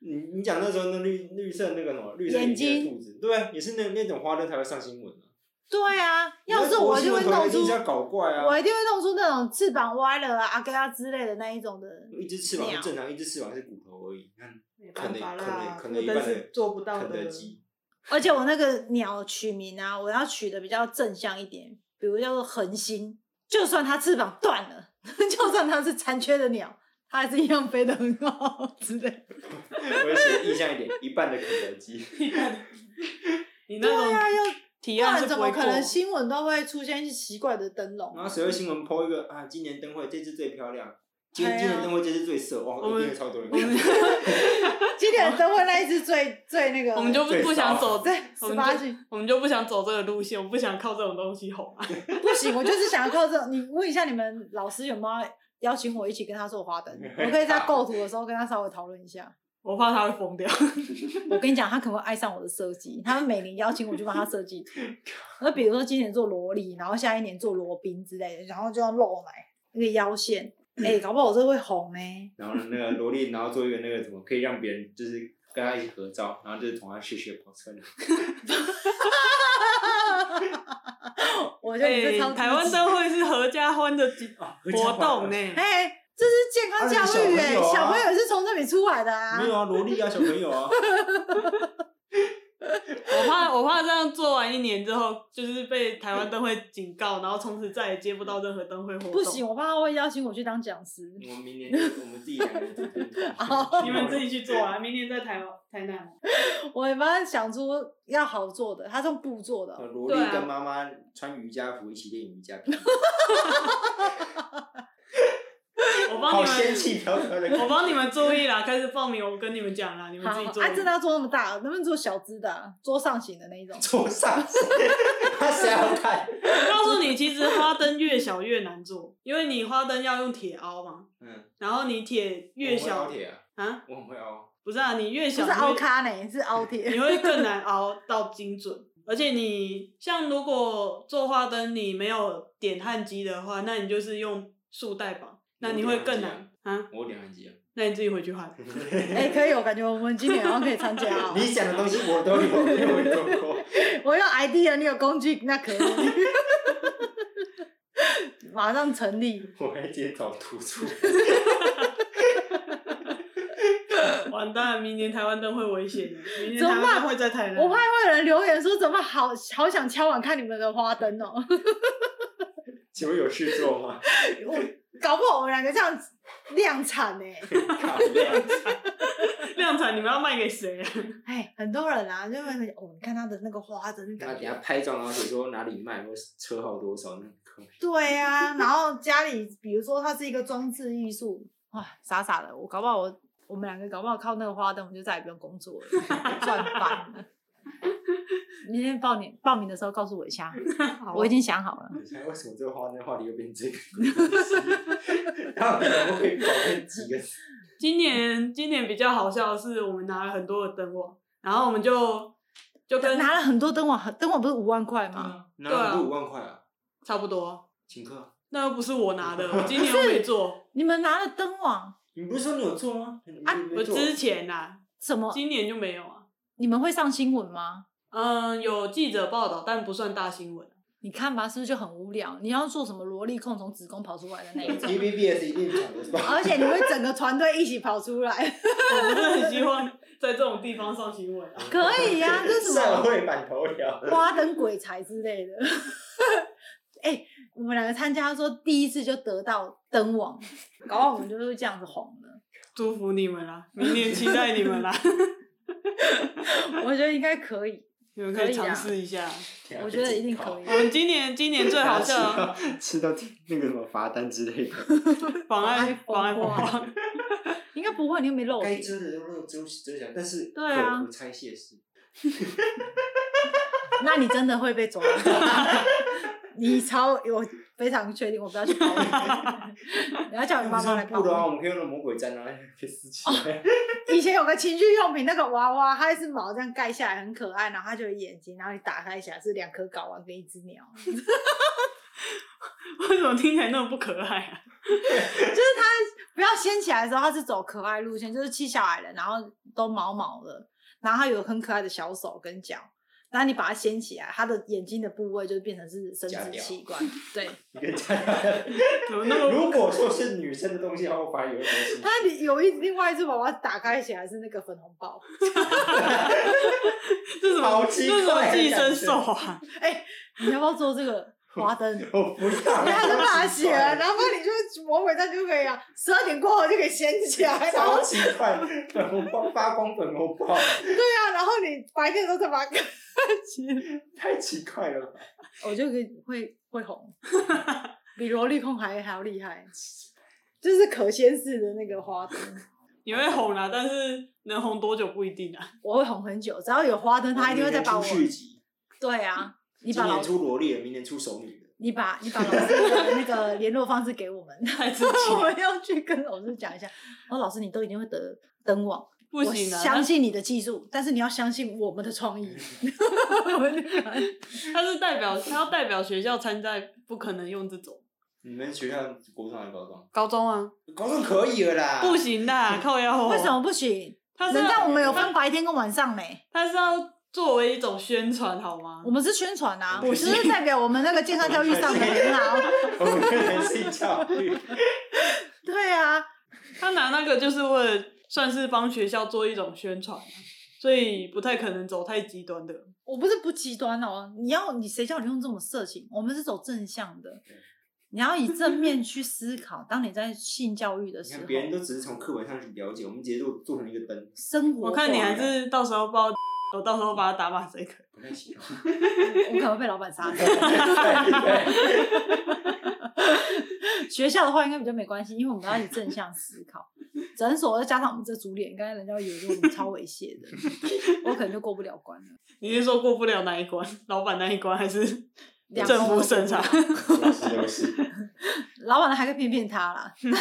[SPEAKER 1] 你你讲那时候那绿绿色那个什么绿色
[SPEAKER 4] 眼
[SPEAKER 1] 睛的
[SPEAKER 4] 睛
[SPEAKER 1] 兔子，对啊，也是那那种花灯才会上新闻啊。
[SPEAKER 4] 对啊，要是我就会弄
[SPEAKER 1] 你
[SPEAKER 4] 出，
[SPEAKER 1] 要搞怪啊！
[SPEAKER 4] 我一定会弄出那种翅膀歪了啊、阿哥啊之类的那一种的。
[SPEAKER 3] 嗯
[SPEAKER 1] 一只翅膀是正常，一只翅膀是骨头而已。你看，
[SPEAKER 3] 没
[SPEAKER 1] 可
[SPEAKER 3] 办
[SPEAKER 1] 能
[SPEAKER 3] 法
[SPEAKER 1] 可能
[SPEAKER 3] 啦，
[SPEAKER 1] 可能一般
[SPEAKER 3] 负灯
[SPEAKER 1] 的
[SPEAKER 3] 是做不到
[SPEAKER 1] 肯德
[SPEAKER 3] 的。
[SPEAKER 1] 基，
[SPEAKER 4] 而且我那个鸟取名啊，我要取的比较正向一点，比如叫做恒星。就算它翅膀断了， 就算它是残缺的鸟，它还是一样飞得很好之类的。
[SPEAKER 1] 我写意象一点，一半的肯德基。
[SPEAKER 3] 你那种
[SPEAKER 4] 啊要
[SPEAKER 3] 提
[SPEAKER 4] 不
[SPEAKER 3] 案
[SPEAKER 4] 然
[SPEAKER 3] 是
[SPEAKER 4] 怎
[SPEAKER 3] 不
[SPEAKER 4] 么
[SPEAKER 3] 会
[SPEAKER 4] 可
[SPEAKER 3] 过。
[SPEAKER 4] 能新闻都会出现一些奇怪的灯笼
[SPEAKER 1] 然 后
[SPEAKER 4] 啊？
[SPEAKER 1] 谁会新闻 PO 一个啊？今年灯会这次最漂亮，今
[SPEAKER 4] 对啊
[SPEAKER 1] 今年灯会这次最色，哇，
[SPEAKER 3] 哎我们
[SPEAKER 1] 一定超多人
[SPEAKER 3] 我
[SPEAKER 1] 看。
[SPEAKER 3] 们
[SPEAKER 4] 今年灯会那一只最最那个，
[SPEAKER 3] 我 们就不
[SPEAKER 1] 最少
[SPEAKER 3] 不想走这，
[SPEAKER 4] 对十
[SPEAKER 3] 我们
[SPEAKER 4] 八
[SPEAKER 3] 就
[SPEAKER 4] 禁
[SPEAKER 3] 我们就不想走这个路线，我不想靠这种东西红啊。
[SPEAKER 4] 不行，我就是想要靠这种。你问一下你们 老师有没有邀请我一起跟他做花灯？我可以在构图的时候跟他稍微讨论一下。
[SPEAKER 3] 我怕他会疯掉。
[SPEAKER 4] 我跟你讲，他可能会爱上我的设计。他们每年邀请我去帮他设计图，那比如说今年做萝莉，然后下一年做罗宾之类的，然后就要露奶那个腰线。哎、搞不好我这会红哎呢、
[SPEAKER 1] 然后那个萝莉，然后做一个那个什么，可以让别人就是跟他一起合照，然后就是同他谢谢跑车。
[SPEAKER 4] 我觉得你这
[SPEAKER 3] 对，
[SPEAKER 4] 超、
[SPEAKER 3] 哎台湾灯会是合家欢的集
[SPEAKER 1] 啊
[SPEAKER 3] 活动呢、
[SPEAKER 4] 哎、这是健康教育
[SPEAKER 1] 啊那是
[SPEAKER 4] 哎、
[SPEAKER 1] 小朋友啊
[SPEAKER 4] 小朋友也是从这里出来的啊
[SPEAKER 1] 没。有啊，萝莉啊，小朋友啊，
[SPEAKER 3] 我怕我怕这样做完一年之后，就是被台湾灯会警告，然后从此再也接不到任何灯会活动。
[SPEAKER 4] 不行，，我怕他会邀请我去当讲师。
[SPEAKER 1] 我们明年就我们自己两个人组团
[SPEAKER 4] 哦
[SPEAKER 3] 你们自己去做啊，明年在台湾台南。
[SPEAKER 4] 我帮他想出要好做的，他是用布做的。
[SPEAKER 1] 呃萝莉跟妈妈穿瑜伽服一起练瑜伽，
[SPEAKER 3] 我帮
[SPEAKER 1] 好
[SPEAKER 3] 你
[SPEAKER 1] 仙
[SPEAKER 3] 们，
[SPEAKER 1] 气飘飘的感觉。
[SPEAKER 3] 我帮你们注意啦，开始报名，我跟你们讲啦，你
[SPEAKER 4] 好，
[SPEAKER 3] 们自己做。
[SPEAKER 4] 啊，真的要做那么大，能不能做小只的啊、桌上型的那一种？
[SPEAKER 1] 桌上，他谁要看？
[SPEAKER 3] 告诉你，其实花灯越小越难做，因为你花灯要用铁凹嘛，
[SPEAKER 1] 嗯，
[SPEAKER 3] 然后你铁越
[SPEAKER 1] 我很会凹
[SPEAKER 3] 小
[SPEAKER 1] 铁啊，
[SPEAKER 3] 啊，
[SPEAKER 1] 我很会凹。
[SPEAKER 3] 不是啊，你越
[SPEAKER 4] 不是
[SPEAKER 3] 小你会
[SPEAKER 4] 凹咖呢，是凹 铁。
[SPEAKER 3] 你会更难熬到精准。而且你像如果做花灯，你没有点焊机的话，那你就是用束带绑，那你会更难啊。
[SPEAKER 1] 我有点痕迹啊。
[SPEAKER 3] 那你自己回去焊。
[SPEAKER 4] 哎、可以哦，我感觉我们今年好像可以参加哦。
[SPEAKER 1] 你讲的东西我都有，因为我做过。
[SPEAKER 4] 我有 idea，你有工具，那 可以。马上成立，
[SPEAKER 1] 我还直接找突出。
[SPEAKER 3] 完蛋，明年台湾灯会危险的，明年
[SPEAKER 4] 怎么
[SPEAKER 3] 台
[SPEAKER 4] 办
[SPEAKER 3] 湾灯会在台
[SPEAKER 1] 嗯
[SPEAKER 3] 南。
[SPEAKER 4] 我怕会有人留言说怎么好好想敲碗看你们的花灯哦，
[SPEAKER 1] 请问有事做吗？
[SPEAKER 4] 搞不好我们两个这样量产呢、欸
[SPEAKER 1] 靠呀
[SPEAKER 3] 量产，你们要卖给谁啊？
[SPEAKER 4] 哎，很多人啊，就会哦，你看他的那个花的那
[SPEAKER 1] 那
[SPEAKER 4] 感
[SPEAKER 1] 等下
[SPEAKER 4] 觉，
[SPEAKER 1] 拍照，然后写说哪里卖，或是车号多少，那可 以。
[SPEAKER 4] 对呀、然后家里比如说它是一个装置艺术，哇，傻傻的，我搞不好我我们两个搞不好靠那个花灯，我们就再也不用工作了， 赚翻了。明天报名报名的时候告诉我一 下，我已经想好啊了。
[SPEAKER 1] 等一下为什么这个话那话题又变这个鬼东西？到底可不可以搞成几个？
[SPEAKER 3] 今年今年比较好笑的是，我们拿了很多的灯网，然后我们就就跟嗯
[SPEAKER 4] 拿了很多灯网，灯网不是五万块吗？
[SPEAKER 1] 哪有五万块啊？
[SPEAKER 3] 差不多，
[SPEAKER 1] 请客？
[SPEAKER 3] 那又不是我拿的，我今年又没做，
[SPEAKER 4] 你们拿了灯网，
[SPEAKER 1] 你不是说你有做吗？啊
[SPEAKER 3] 我之前呐、
[SPEAKER 4] 什么？
[SPEAKER 3] 今年就没有啊。
[SPEAKER 4] 你们会上新闻吗？
[SPEAKER 3] 嗯，有记者报道，但不算大新闻。啊
[SPEAKER 4] 你看吧，是不是就很无聊？你要做什么萝莉控从子宫跑出来的那一种，
[SPEAKER 1] T B B S 一定抢得到。
[SPEAKER 4] 而且你会整个团队一起跑出来，
[SPEAKER 3] 我不是很希望在这种地方上新闻啊。
[SPEAKER 4] 可以呀、这是 什
[SPEAKER 1] 社
[SPEAKER 4] 么
[SPEAKER 1] 会版头条，
[SPEAKER 4] 花灯鬼才之类的。 哎、我们两个参加说第一次就得到灯网，搞不好我们就是这样子红了。
[SPEAKER 3] 祝福你们啦，明年期待你们啦，
[SPEAKER 4] 我觉得应该可以，
[SPEAKER 3] 你们可以尝试一下。
[SPEAKER 1] 啊
[SPEAKER 4] 我觉得一定可以啊
[SPEAKER 3] 我。们今年今年最好笑
[SPEAKER 1] 哦
[SPEAKER 3] 的
[SPEAKER 1] 吃到吃到那个什么罚单之 类的，
[SPEAKER 3] 妨碍妨
[SPEAKER 4] 妨
[SPEAKER 3] 碍
[SPEAKER 4] 碍风
[SPEAKER 3] 风
[SPEAKER 4] 化
[SPEAKER 3] 化，
[SPEAKER 4] 应该不会，你又没露
[SPEAKER 1] 该
[SPEAKER 4] 脸。
[SPEAKER 1] 遮的都遮遮瑕，但是
[SPEAKER 4] 对啊
[SPEAKER 1] 可不拆卸式。
[SPEAKER 4] 那你真的会被抓。你超，我非常确定，我不要去报你。你要叫你妈妈来报
[SPEAKER 1] 不的啊，
[SPEAKER 4] 你。
[SPEAKER 1] 我们可以用那魔鬼毡啊，可以撕起 来。
[SPEAKER 4] 以前有个情趣用品，那个娃娃，它是毛这样盖下来，很可爱，然后它就有眼睛，然后你打开起来是两颗睾丸跟一只鸟，
[SPEAKER 3] 为什么听起来那么不可爱啊？
[SPEAKER 4] 不要掀起来的时候，它是走可爱路线，就是七小矮人，然后都毛毛的，然后它有很可爱的小手跟脚，然后你把它掀起来，它的眼睛的部位就变成是生
[SPEAKER 1] 假
[SPEAKER 4] 殖
[SPEAKER 1] 屌
[SPEAKER 4] 器官， 对，
[SPEAKER 1] 你可以拆下来。
[SPEAKER 3] 怎么那 么
[SPEAKER 1] 如果说是女生的东西的话，我反而也会开心。
[SPEAKER 4] 它有一另外一只娃娃打开起来是那个粉红豹，
[SPEAKER 3] 这什么
[SPEAKER 1] 好
[SPEAKER 3] 这
[SPEAKER 1] 奇
[SPEAKER 3] 什么
[SPEAKER 1] 怪
[SPEAKER 3] 寄生兽啊？
[SPEAKER 4] 你要不要做这个华 灯？
[SPEAKER 1] 我不要，
[SPEAKER 4] 然后就把它写了，
[SPEAKER 1] 了，
[SPEAKER 4] 然后你就是魔鬼蛋就可以啊，十二点过后就可以掀起来，然后
[SPEAKER 1] 超奇怪，粉红包发光粉红包，
[SPEAKER 4] 对啊，然后你白天的时候再把它盖起来，
[SPEAKER 1] 太奇怪了吧？
[SPEAKER 4] 我就可以会会 红，比萝莉控还还要厉害，就是可掀式的那个花灯，
[SPEAKER 3] 你会红啦，但是能红多久不一定啊。
[SPEAKER 4] 我会红很久，只要有花灯，他一定会再把我
[SPEAKER 3] 哦
[SPEAKER 1] 明年出续集，
[SPEAKER 4] 对啊，你
[SPEAKER 1] 今
[SPEAKER 4] 把老
[SPEAKER 1] 年出萝莉的，明年出手女的。
[SPEAKER 4] 你把你把老师的那个联络方式 给我们。
[SPEAKER 3] 太刺激
[SPEAKER 4] 我
[SPEAKER 3] 了，
[SPEAKER 4] 们要去跟老师讲一下。哦，老师，你都已经会得灯网，
[SPEAKER 3] 不行
[SPEAKER 4] 我
[SPEAKER 3] 啊，
[SPEAKER 4] 相信你的技术，但是你要相信我们的创 意。
[SPEAKER 3] 他是代表他要代表学校参赛，不可能用这种
[SPEAKER 1] 你们学校国中还是高中？
[SPEAKER 3] 高中啊，
[SPEAKER 1] 高中可以了啦。
[SPEAKER 3] 不行的，靠腰哦。
[SPEAKER 4] 为什么？不行？
[SPEAKER 3] 他是
[SPEAKER 4] 人家
[SPEAKER 3] 要
[SPEAKER 4] 我们有分白天跟晚上呢，
[SPEAKER 3] 他是要作为一种宣传好吗
[SPEAKER 4] 我？们是宣传啊，
[SPEAKER 1] 不
[SPEAKER 4] 我
[SPEAKER 1] 行
[SPEAKER 4] 只是代表我们那个健康教育上的啊很好。
[SPEAKER 1] 我们还是 教育。
[SPEAKER 4] 对啊，
[SPEAKER 3] 他拿那个就是为了算是帮学校做一种宣传啊，所以不太可能走太极端的。
[SPEAKER 4] 我不是不极端哦，你要你谁叫你用这种色情？我们是走正向的，你要以正面去思考。当你在性教育的
[SPEAKER 1] 你
[SPEAKER 4] 时候
[SPEAKER 1] 看，别人都只是从课文上去了解，我们直接做做成一个灯，
[SPEAKER 4] 生活
[SPEAKER 3] 我
[SPEAKER 4] 化，
[SPEAKER 3] 看你还是到时候报，我到时候把他打马赛克。
[SPEAKER 1] 不太行。
[SPEAKER 4] 我可能会被老板杀死。 学校的话应该比较没关系，因为我们要以正向思考。诊所再加上我们这组脸，刚才人家以为是我们超猥亵的，我可能就过不了关了。
[SPEAKER 3] 你是说过不了哪一关，老板那一关，还是
[SPEAKER 4] 两
[SPEAKER 3] 政府
[SPEAKER 4] 公
[SPEAKER 3] 审查？
[SPEAKER 1] 都是都是。
[SPEAKER 4] 老板还可以骗骗他 啦，政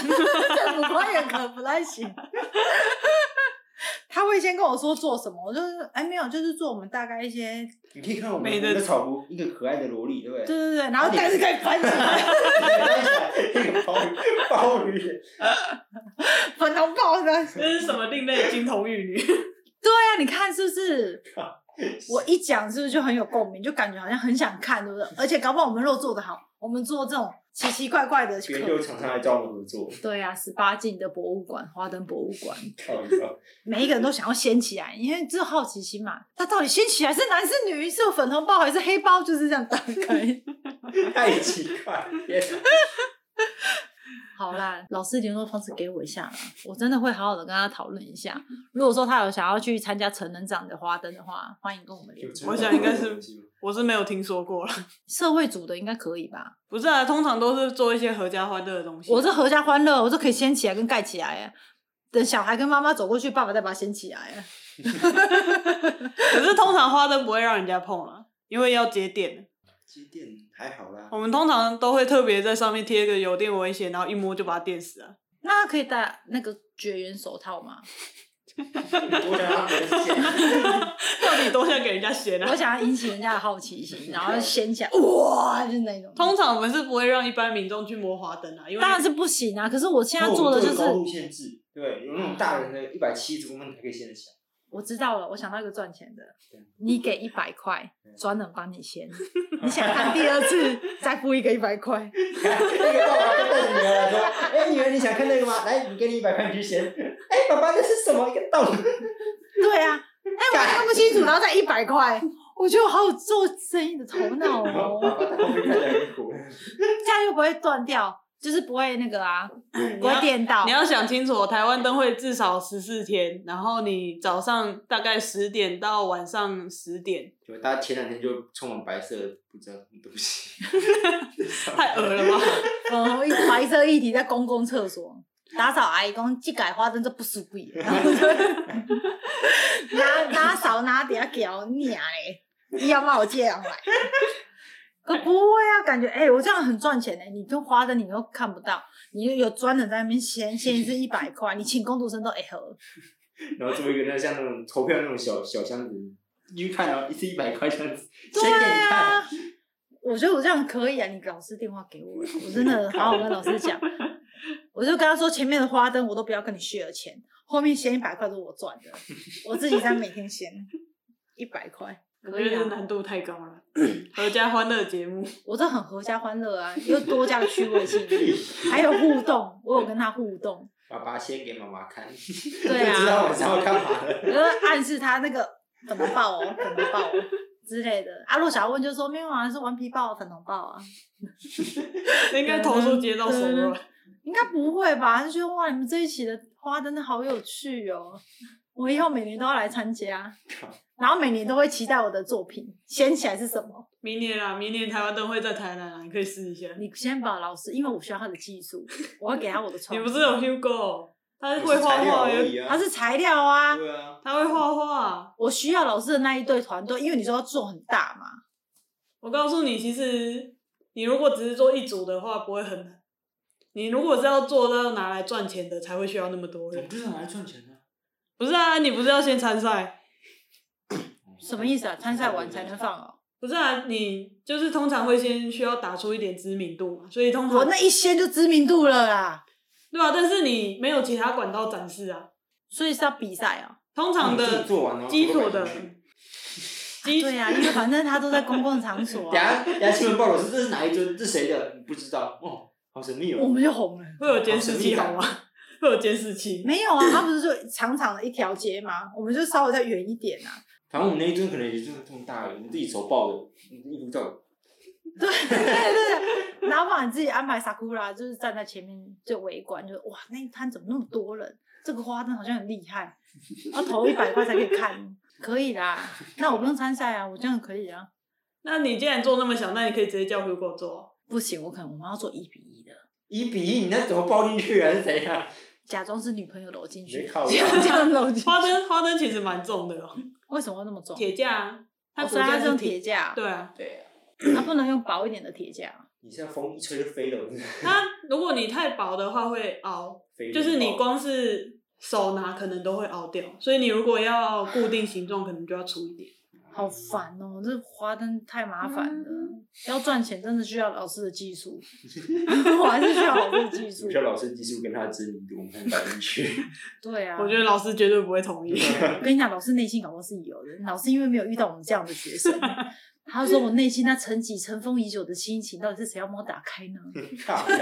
[SPEAKER 4] 府官员可不太行。他会先跟我说做什么，我就是哎没有，就是做我们大概一些
[SPEAKER 1] 你可以看我们
[SPEAKER 3] 没
[SPEAKER 1] 我
[SPEAKER 3] 得
[SPEAKER 1] 们的草图，一个可爱的萝莉，对不对？
[SPEAKER 4] 对对对，然后但是可以翻起 来，
[SPEAKER 1] 一个鲍鱼，鲍鱼，
[SPEAKER 4] 翻到爆的。
[SPEAKER 3] 这是什么另类金童玉女？
[SPEAKER 4] 对啊，你看是不是？ 我一讲是不是就很有共鸣，就感觉好像很想看，对不对？而且搞不好我们若做得好，我们做这种奇奇怪怪的
[SPEAKER 1] 别人就
[SPEAKER 4] 课，
[SPEAKER 1] 厂商来找我们合作，
[SPEAKER 4] 对啊，十八禁的博物馆，花灯博物馆，
[SPEAKER 1] 靠一靠。
[SPEAKER 4] 每一个人都想要掀起来，因为这好奇心嘛。他到底掀起来是男是女，是有粉红包还是黑包，就是这样打开。
[SPEAKER 1] 太奇怪了，
[SPEAKER 4] 好啦，老师联络方式给我一下啦，我真的会好好的跟他讨论一下。如果说他有想要去参加成人展的花灯的话，欢迎跟我们联络。
[SPEAKER 3] 我想应该是我是没有听说过了。
[SPEAKER 4] 社会组的应该可以吧？
[SPEAKER 3] 不是啊，通常都是做一些合家欢乐的东西。
[SPEAKER 4] 我这合家欢乐，我这可以掀起来跟盖起来耶。等小孩跟妈妈走过去，爸爸再把它掀起来耶。啊
[SPEAKER 3] 可是通常花灯不会让人家碰了，因为要节点。
[SPEAKER 1] 机电还好啦
[SPEAKER 3] 我，们通常都会特别在上面贴一个有电危险，然后一摸就把它电死啊。
[SPEAKER 4] 那可以戴那个绝缘手套吗？
[SPEAKER 1] 我想要人见，
[SPEAKER 3] 到底多想给人家闲
[SPEAKER 4] 我
[SPEAKER 3] 啊？
[SPEAKER 4] 想要引起人家的好奇心，然后掀起来，哇，就是那种。
[SPEAKER 3] 通常我们是不会让一般民众去摸花灯啊，因为
[SPEAKER 4] 当然是不行啊！可是我现在做的就
[SPEAKER 1] 那我们都有高度
[SPEAKER 4] 是，
[SPEAKER 1] 限制，对，有那种大人的一百七十公分才可以掀得起来。
[SPEAKER 4] 我知道了，我想到一个赚钱的
[SPEAKER 1] 对，
[SPEAKER 4] 你给一百块
[SPEAKER 1] 对，
[SPEAKER 4] 专人帮你 掀。你想看第二次，再付一个一 百块。
[SPEAKER 1] 那个爸爸就带着女儿来说：“哎、女儿，你想看那个吗？来，你给你一百块，你去掀。”哎、爸爸，那是什么？一个洞。
[SPEAKER 4] 对啊，哎，我看不清楚，然后再一百块，我觉得我好有做生意的头脑
[SPEAKER 1] 然后
[SPEAKER 4] 哦。
[SPEAKER 1] 爸爸后面看起来很苦。
[SPEAKER 4] 这样又不会断掉，就是不会那个啊，不
[SPEAKER 3] 你要
[SPEAKER 4] 会电到
[SPEAKER 3] 你。要想清楚，哦台湾灯会至少十四天，然后你早上大概十点到晚上十点，
[SPEAKER 1] 就大家前两天就充满白色的不知道什么东西，
[SPEAKER 3] 太 恶了吧？
[SPEAKER 4] 嗯，一白色一体在公共厕所打扫阿姨讲，这改花灯这不输贵，然后就拿拿扫拿点脚你啊嘞，你要骂我这样来。可不会啊，感觉哎、我这样很赚钱哎、你跟花灯你又看不到，你又有专人在那边掀掀一次一百块，你请工读生都哎呵，
[SPEAKER 1] 然后做一个那像那种投票那种小小箱子，一看啊，一次一百块这样子，先给你看。
[SPEAKER 4] 啊，我觉得我这样可以啊，你老师电话给我，我真的好好跟老师 讲，我就跟他说前面的花灯我都不要跟你 share 钱，后面先一百块都是我赚的，我自己在每天先一百块，
[SPEAKER 3] 我
[SPEAKER 4] 可
[SPEAKER 3] 觉
[SPEAKER 4] 以
[SPEAKER 3] 得
[SPEAKER 4] 啊，
[SPEAKER 3] 难度太高了。 合家欢乐节目，
[SPEAKER 4] 我这很合家欢乐啊，又多加了趣味性，啊还有互动，我有跟他互 动，
[SPEAKER 1] 爸爸先给妈妈看，
[SPEAKER 4] 对啊
[SPEAKER 1] 就知道晚上要干嘛了。
[SPEAKER 4] 我就暗示他那个粉红豹哦，粉红豹哦。之类的，阿、啊、若想要问就说没有啊，是顽皮豹、粉红豹啊，
[SPEAKER 3] 应该投诉接到手软。
[SPEAKER 4] 应该不会吧？就觉得哇，你们这一期的花灯好有趣哦！我以后每年都要来参加，然后每年都会期待我的作品掀起来是什么。
[SPEAKER 3] 明年啊，明年台湾灯会在台南啊，你可以试一下。
[SPEAKER 4] 你先把老师，因为我需要他的技术，我要给他我的创
[SPEAKER 3] 你
[SPEAKER 4] 意。
[SPEAKER 3] 不是有 Hugo，他会画
[SPEAKER 1] 材料
[SPEAKER 3] 画
[SPEAKER 1] 而
[SPEAKER 3] 耶，
[SPEAKER 1] 已啊
[SPEAKER 4] 他是材料啊，
[SPEAKER 1] 对啊，
[SPEAKER 3] 他会画啊画。
[SPEAKER 4] 我需要老师的那一队团队，因为你说要做很大嘛。
[SPEAKER 3] 我告诉你，其实你如果只是做一组的话，不会很难。你如果是要做到拿来赚钱的，才会需要那么多
[SPEAKER 1] 我
[SPEAKER 3] 人
[SPEAKER 1] 们。就是拿来赚钱的。
[SPEAKER 3] 不是啊，你不是要先参赛？
[SPEAKER 1] 哦
[SPEAKER 4] 什么意思啊？参赛完才能放哦。
[SPEAKER 3] 不是啊，你就是通常会先需要打出一点知名度嘛，所以通常
[SPEAKER 4] 我那一掀就知名度了啦，
[SPEAKER 3] 对吧、但是你没有其他管道展示啊，
[SPEAKER 4] 所以是要比赛哦。
[SPEAKER 3] 通常
[SPEAKER 1] 你自己
[SPEAKER 3] 的
[SPEAKER 1] 做完了
[SPEAKER 3] 基础 的基
[SPEAKER 4] 对啊呀、因为反正他都在公共场所
[SPEAKER 1] 等 下
[SPEAKER 4] 啊，
[SPEAKER 1] 等下新闻报道是这是哪一尊，这谁的？不知道哦，好神秘
[SPEAKER 4] 我
[SPEAKER 1] 哦。
[SPEAKER 4] 们就红了。
[SPEAKER 3] 会有监视器
[SPEAKER 1] 好
[SPEAKER 3] 好
[SPEAKER 1] 神秘啊
[SPEAKER 3] 吗？ 会有监视器，
[SPEAKER 4] 没有啊，他不是就长长的一条街吗？ 我们就稍微再远一点啊。
[SPEAKER 1] 反正我们那一尊可能也就是这么大了，我们自己手抱的，嗯一路到
[SPEAKER 4] 对对对对，然后把你自己安排萨库拉，就是站在前面就围观，就哇，那一摊怎么那么多人？这个花灯好像很厉害，要投一百块才可以看，可以啦。那我不用参赛啊，我这样可以啊。
[SPEAKER 3] 那你既然做那么小，那你可以直接叫 Hugo 做啊、
[SPEAKER 4] 不行，我可能我们要做一比一的，
[SPEAKER 1] 一比一，你那怎么抱进去啊？是怎样？
[SPEAKER 4] 假装是女朋友搂进
[SPEAKER 1] 没啊
[SPEAKER 4] 去，
[SPEAKER 1] 靠
[SPEAKER 4] 这样 这样搂进去。
[SPEAKER 3] 花灯花灯其实蛮重的哦，
[SPEAKER 4] 为什么会那么重？
[SPEAKER 3] 铁架啊，它
[SPEAKER 4] 哦
[SPEAKER 3] 骨
[SPEAKER 4] 所以它
[SPEAKER 3] 架
[SPEAKER 4] 是
[SPEAKER 3] 是
[SPEAKER 4] 用铁，架，
[SPEAKER 3] 对啊，
[SPEAKER 1] 对啊，
[SPEAKER 4] 它不能用薄一点的铁架啊。
[SPEAKER 1] 你现在风一吹就飞了，
[SPEAKER 3] 它如果你太薄的话会凹，
[SPEAKER 1] 飞了
[SPEAKER 3] 就是你光是手拿可能都会凹掉，所以你如果要固定形状，可能就要粗一点。
[SPEAKER 4] 好烦哦！这花灯太麻烦了，
[SPEAKER 5] 嗯
[SPEAKER 4] 要赚钱真的需要老师的技 术，我还是需要老师的技术
[SPEAKER 1] 学。校老师技术跟他的知名度，我们看摆 进去。
[SPEAKER 4] 对啊，
[SPEAKER 3] 我觉得老师绝对不会同意。
[SPEAKER 4] 我跟你讲，老师内心搞不好是有的。老师因为没有遇到我们这样的学生，他就说我内心那沉寂、尘封已久的心情，到底是谁要帮我打开 呢？
[SPEAKER 1] 靠腰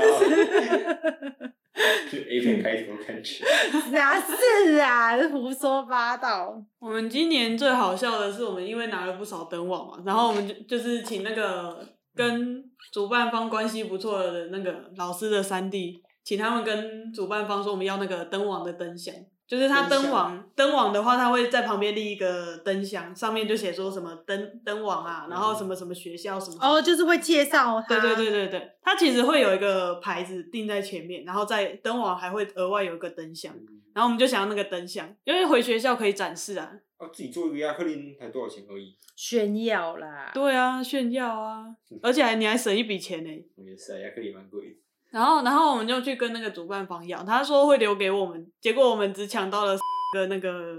[SPEAKER 1] 就 A 片开头感觉，
[SPEAKER 4] 哪是啊，胡说八道。
[SPEAKER 3] 我们今年最好笑的是，我们因为拿了不少灯网嘛，然后我们就就是请那个跟主办方关系不错的那个老师的三弟，请他们跟主办方说我们要那个灯网的灯箱，就是他
[SPEAKER 1] 灯
[SPEAKER 3] 灯
[SPEAKER 1] 箱
[SPEAKER 3] 网灯网的话，他会在旁边立一个灯箱，上面就写说什么灯灯网啊，然后什么什么学校什么什么
[SPEAKER 4] 哦，就是会介绍他，
[SPEAKER 3] 对对，对对对，它其实会有一个牌子定在前面，然后在灯网还会额外有一个灯箱，然后我们就想要那个灯箱，因为回学校可以展示啊。
[SPEAKER 1] 哦，自己做一个亚克力才多少钱而已，
[SPEAKER 4] 炫耀啦。
[SPEAKER 3] 对啊，炫耀啊，而且还你还省一笔钱呢、
[SPEAKER 1] 我也是啊，亚克力蛮贵的。
[SPEAKER 3] 然后，然后我们就去跟那个主办方要，他说会留给我们，结果我们只抢到了 的那个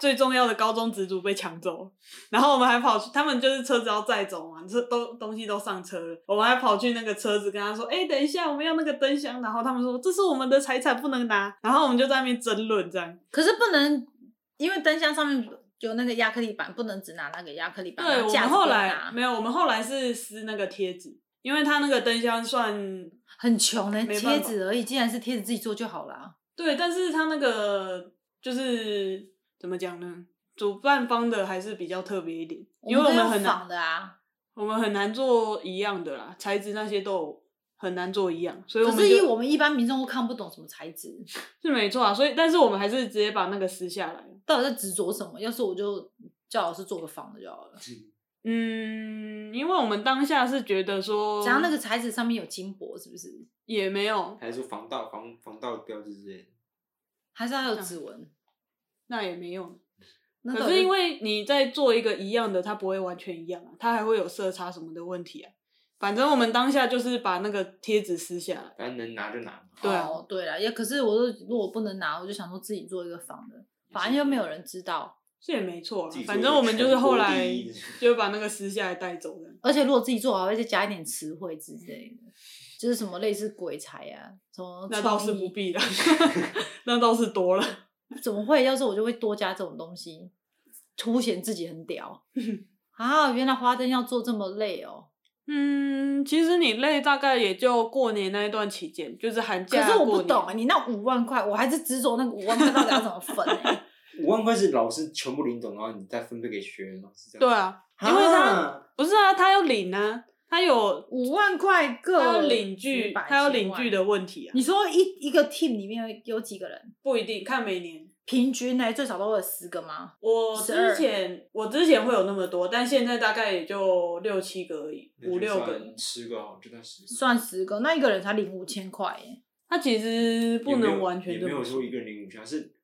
[SPEAKER 3] 最重要的高中职主被抢走了，然后我们还跑去，他们就是车子要载走嘛，这都东西都上车了，我们还跑去那个车子跟他说，哎、等一下我们要那个灯箱，然后他们说这是我们的财产不能拿，然后我们就在那边争论这样，
[SPEAKER 4] 可是不能，因为灯箱上面有那个亚克力板，不能只拿那个亚克力板。
[SPEAKER 3] 对，
[SPEAKER 4] 然
[SPEAKER 3] 我
[SPEAKER 4] 架
[SPEAKER 3] 们
[SPEAKER 4] 子不
[SPEAKER 3] 后
[SPEAKER 4] 能
[SPEAKER 3] 来
[SPEAKER 4] 拿
[SPEAKER 3] 没有，我们后来是撕那个贴纸，因为他那个灯箱算
[SPEAKER 4] 很穷的
[SPEAKER 3] 没办
[SPEAKER 4] 贴
[SPEAKER 3] 法
[SPEAKER 4] 纸而已，既然是贴纸自己做就好啦。
[SPEAKER 3] 对，但是他那个就是怎么讲呢？主办方的还是比较特别一点，因为我
[SPEAKER 4] 都
[SPEAKER 3] 们
[SPEAKER 4] 用
[SPEAKER 3] 很难
[SPEAKER 4] 仿，的啊，
[SPEAKER 3] 我们很难做一样的啦，材质那些都有很难做一样，所以我
[SPEAKER 4] 可
[SPEAKER 3] 们
[SPEAKER 4] 是因为
[SPEAKER 3] 就
[SPEAKER 4] 我们一般民众都看不懂什么材质，
[SPEAKER 3] 是没错啊，所以但是我们还是直接把那个撕下来。
[SPEAKER 4] 到底在执着什么？要是我就叫老师做个仿的就好了。
[SPEAKER 3] 嗯，因为我们当下是觉得说，
[SPEAKER 4] 只要那个材质上面有金箔，是不是？
[SPEAKER 3] 也没有，
[SPEAKER 1] 还是说防盗防防盗标志之类的，
[SPEAKER 4] 还是要有指纹？
[SPEAKER 3] 那也没用。
[SPEAKER 4] 那到
[SPEAKER 3] 嗯可
[SPEAKER 4] 底
[SPEAKER 3] 是因为你在做一个一样的，它不会完全一样啊，它还会有色差什么的问题啊。反正我们当下就是把那个贴纸撕下来。
[SPEAKER 1] 反正能拿就拿嘛。
[SPEAKER 3] 对啊
[SPEAKER 4] 哦，对了，也可是我说如果不能拿，我就想说自己做一个仿的，反正又没有人知道，
[SPEAKER 3] 这也没错啦啊
[SPEAKER 1] 自己，做
[SPEAKER 3] 反正我们就是后来
[SPEAKER 1] 全国第一
[SPEAKER 3] 就把那个撕下来带走的。
[SPEAKER 4] 而且如果自己做，还会再加一点词汇之类的，就是什么类似鬼才啊，什么
[SPEAKER 3] 那倒是
[SPEAKER 4] 创意
[SPEAKER 3] 不必 了，那倒是多了。
[SPEAKER 4] 怎么会？要是我就会多加这种东西，凸显自己很 屌啊！原来花灯要做这么累哦。
[SPEAKER 3] 嗯，其实你累大概也就过年那一段期间，就是寒
[SPEAKER 4] 可
[SPEAKER 3] 假。
[SPEAKER 4] 是我不
[SPEAKER 3] 过年
[SPEAKER 4] 懂啊，你那五万块，我还是执着那个五万块到底要怎么分、欸？
[SPEAKER 1] 五万块是老师全部领走，然后你再分配给学员，老师这样。
[SPEAKER 3] 对啊，因为他不是啊，他要领啊，他有
[SPEAKER 4] 五万块
[SPEAKER 3] 他
[SPEAKER 4] 各
[SPEAKER 3] 要领具，他要领具
[SPEAKER 4] 的。
[SPEAKER 3] 的问题啊，
[SPEAKER 4] 你说一一个 team 里面有有几个人？
[SPEAKER 3] 不一定看每年。
[SPEAKER 4] 平均呢、最少都有十个吗？
[SPEAKER 3] 我
[SPEAKER 4] 12
[SPEAKER 3] 之前我之前会有那么多，但现在大概也就六七个而已，
[SPEAKER 1] 那就
[SPEAKER 3] 五六
[SPEAKER 1] 算
[SPEAKER 3] 个。
[SPEAKER 1] 十个哦，就算十个。
[SPEAKER 4] 算十个，那一个人才领五千块欸耶。
[SPEAKER 3] 他其实不
[SPEAKER 1] 也没有
[SPEAKER 3] 能完全
[SPEAKER 1] 也
[SPEAKER 3] 这
[SPEAKER 1] 没
[SPEAKER 3] 么
[SPEAKER 1] 有说一个人领五千，是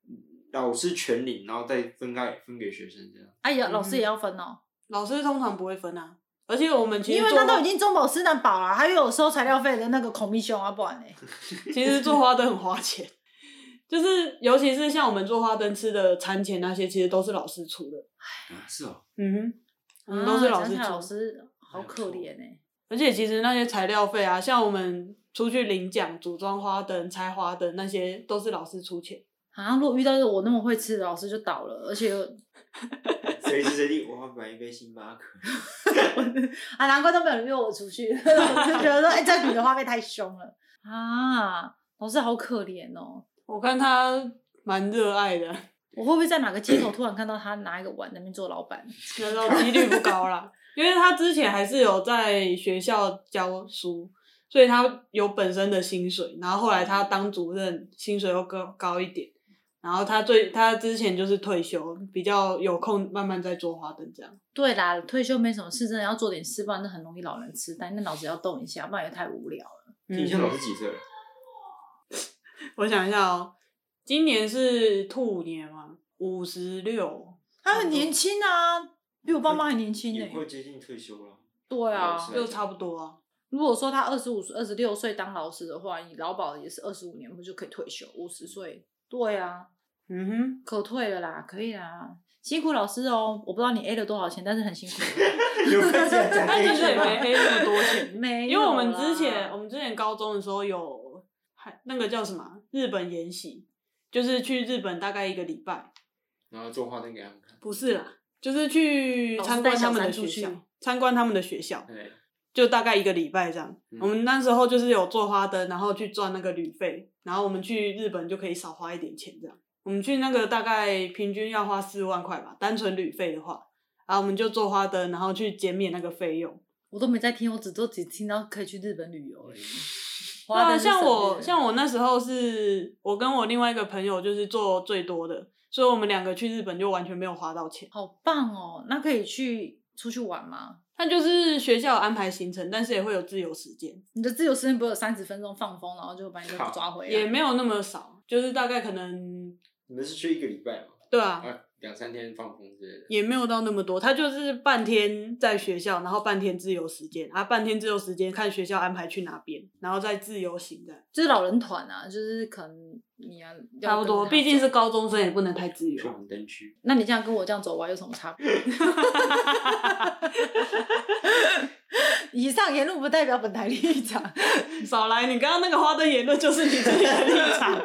[SPEAKER 1] 老师全领，然后再分开分给学生这样。
[SPEAKER 4] 哎呀，老师
[SPEAKER 3] 嗯
[SPEAKER 4] 也要分哦，
[SPEAKER 3] 老师通常不会分啊，而且我们其实
[SPEAKER 4] 因为
[SPEAKER 3] 做
[SPEAKER 4] 那都
[SPEAKER 3] 花
[SPEAKER 4] 已经中饱私囊饱了，他又有收材料费的那个孔明兄啊，不然呢？
[SPEAKER 3] 其实做花都很花钱， 就是尤其是像我们做花灯吃的餐钱那些，其实都是老师出的。
[SPEAKER 1] 啊是哦，
[SPEAKER 3] 嗯哼，我们都是老师
[SPEAKER 4] 啊
[SPEAKER 3] 出，
[SPEAKER 4] 老师好可怜哎、
[SPEAKER 3] 而且其实那些材料费啊，像我们出去领奖、组装花灯、拆花灯那些，都是老师出钱。
[SPEAKER 4] 啊，如果遇到我那么会吃的老师就倒了，而且又
[SPEAKER 1] 随时随地我要买一杯星巴克。
[SPEAKER 4] 啊，难怪都没有人约我出去， 我就觉得说，哎、这女的花费太凶了 啊，老师好可怜哦。
[SPEAKER 3] 我看他蛮热爱的，
[SPEAKER 4] 我会不会在哪个街头突然看到他拿一个碗在那边做老板？
[SPEAKER 3] 难道几率不高啦？因为他之前还是有在学校教书，所以他有本身的薪水，然后后来他当主任，薪水又高高一点。然后他最他之前就是退休，比较有空慢慢在做花灯这样。
[SPEAKER 4] 对啦，退休没什么事，真的要做点事，不然那很容易老人痴呆，那脑子要动一下，不然也太无聊了。
[SPEAKER 3] 嗯
[SPEAKER 1] 你现在老师几岁了？
[SPEAKER 3] 我想一下哦，今年是兔年嘛，五十六，
[SPEAKER 4] 他很年轻啊，比我爸妈还年轻呢、
[SPEAKER 1] 也快接近退休了。
[SPEAKER 4] 对啊，
[SPEAKER 1] 是
[SPEAKER 3] 就差不多啊。
[SPEAKER 4] 如果说他二十五、二十六岁当老师的话，你劳保也是二十五年，不就可以退休？五十岁，对啊，
[SPEAKER 3] 嗯哼，
[SPEAKER 4] 可退了啦，可以啦，辛苦老师哦。我不知道你 A 了多少钱，但是很辛苦。
[SPEAKER 1] 有没有这样讲
[SPEAKER 3] 他
[SPEAKER 1] 这
[SPEAKER 3] 其
[SPEAKER 1] 一
[SPEAKER 3] 实也
[SPEAKER 1] 句吗
[SPEAKER 3] 没黑那么多钱，
[SPEAKER 4] 没有啦，
[SPEAKER 3] 因为我们之前我们之前高中的时候有还那个叫什么啊日本研习，就是去日本大概一个礼拜，
[SPEAKER 1] 然后做花灯给他们看。
[SPEAKER 3] 不是啦，就是去
[SPEAKER 4] 老师
[SPEAKER 3] 参
[SPEAKER 4] 带
[SPEAKER 3] 观他
[SPEAKER 4] 哦小
[SPEAKER 3] 们的
[SPEAKER 4] 三出
[SPEAKER 3] 学校
[SPEAKER 4] 去，
[SPEAKER 3] 参观他们的学校，
[SPEAKER 1] 对，
[SPEAKER 3] 就大概一个礼拜这样。
[SPEAKER 1] 嗯
[SPEAKER 3] 我们那时候就是有做花灯，然后去赚那个旅费，然后我们去日本就可以少花一点钱这样。我们去那个大概平均要花四万块吧，单纯旅费的话，啊，我们就做花灯，然后去减免那个费用。
[SPEAKER 4] 我都没在听，我只都只听到可以去日本旅游而已。
[SPEAKER 3] 对
[SPEAKER 4] 花
[SPEAKER 3] 啊，
[SPEAKER 4] 灯是
[SPEAKER 3] 像
[SPEAKER 4] 省
[SPEAKER 3] 我
[SPEAKER 4] 略
[SPEAKER 3] 像我那时候是我跟我另外一个朋友就是做最多的，所以我们两个去日本就完全没有花到钱。
[SPEAKER 4] 好棒哦，那可以去出去玩吗？
[SPEAKER 3] 他就是学校有安排行程，但是也会有自由时间，
[SPEAKER 4] 你的自由时间不是有三十分钟放风，然后就把你都
[SPEAKER 1] 好
[SPEAKER 4] 抓回来？
[SPEAKER 3] 也没有那么少，就是大概可能
[SPEAKER 1] 你们是去一个礼拜嘛？
[SPEAKER 3] 对啊，
[SPEAKER 1] 啊，两三天放风之类的。
[SPEAKER 3] 也没有到那么多。他就是半天在学校，然后半天自由时间啊，半天自由时间看学校安排去哪边，然后再自由行的，
[SPEAKER 4] 就是老人团啊，就是可能你要
[SPEAKER 3] 差不多。毕竟是。高中生，也不能太自
[SPEAKER 1] 去
[SPEAKER 3] 由。
[SPEAKER 1] 红灯区，
[SPEAKER 4] 那你这样跟我这样走完有什么差 别？
[SPEAKER 2] 以上言论不代表本台立场。
[SPEAKER 3] 少来，你刚刚那个花灯言论就是你自己的立场。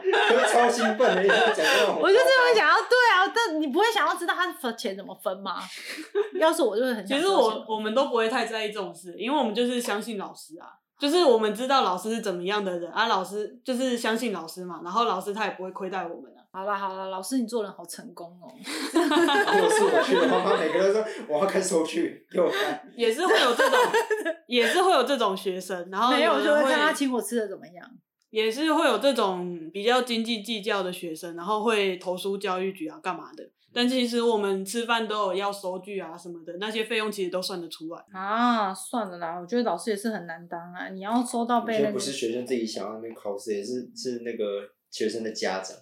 [SPEAKER 1] 超兴奋的，一直在讲这种
[SPEAKER 4] 我就是会想要对啊，但你不会想要知道他分钱怎么分吗？要是我就会很
[SPEAKER 3] 其
[SPEAKER 4] 想
[SPEAKER 3] 实
[SPEAKER 4] 知道钱怎
[SPEAKER 3] 我
[SPEAKER 4] 么分。
[SPEAKER 3] 我们都不会太在意这种事，因为我们就是相信老师啊，就是我们知道老师是怎么样的人啊，老师就是相信老师嘛，然后老师他也不会亏待我们啊。
[SPEAKER 4] 好啦好啦，老师你做人好成功 哦。
[SPEAKER 1] 我是我去的妈妈每个都说我要看收据，给我看。
[SPEAKER 3] 也是会有这 种，也是会有这种学生，然后
[SPEAKER 4] 没有，我
[SPEAKER 3] 人
[SPEAKER 4] 就会
[SPEAKER 3] 会
[SPEAKER 4] 看他请我吃的怎么样。
[SPEAKER 3] 也是会有这种比较斤斤计较的学生，然后会投诉教育局啊干嘛
[SPEAKER 4] 嗯
[SPEAKER 3] 的。但其实我们吃饭都有要收据啊什么的，那些费用其实都算得出来。
[SPEAKER 4] 啊，算了啦，我觉得老师也是很难当啊。你要收到被那
[SPEAKER 1] 这
[SPEAKER 4] 个，
[SPEAKER 1] 不是学生自己想要那边考试，也是是那个学生的家长。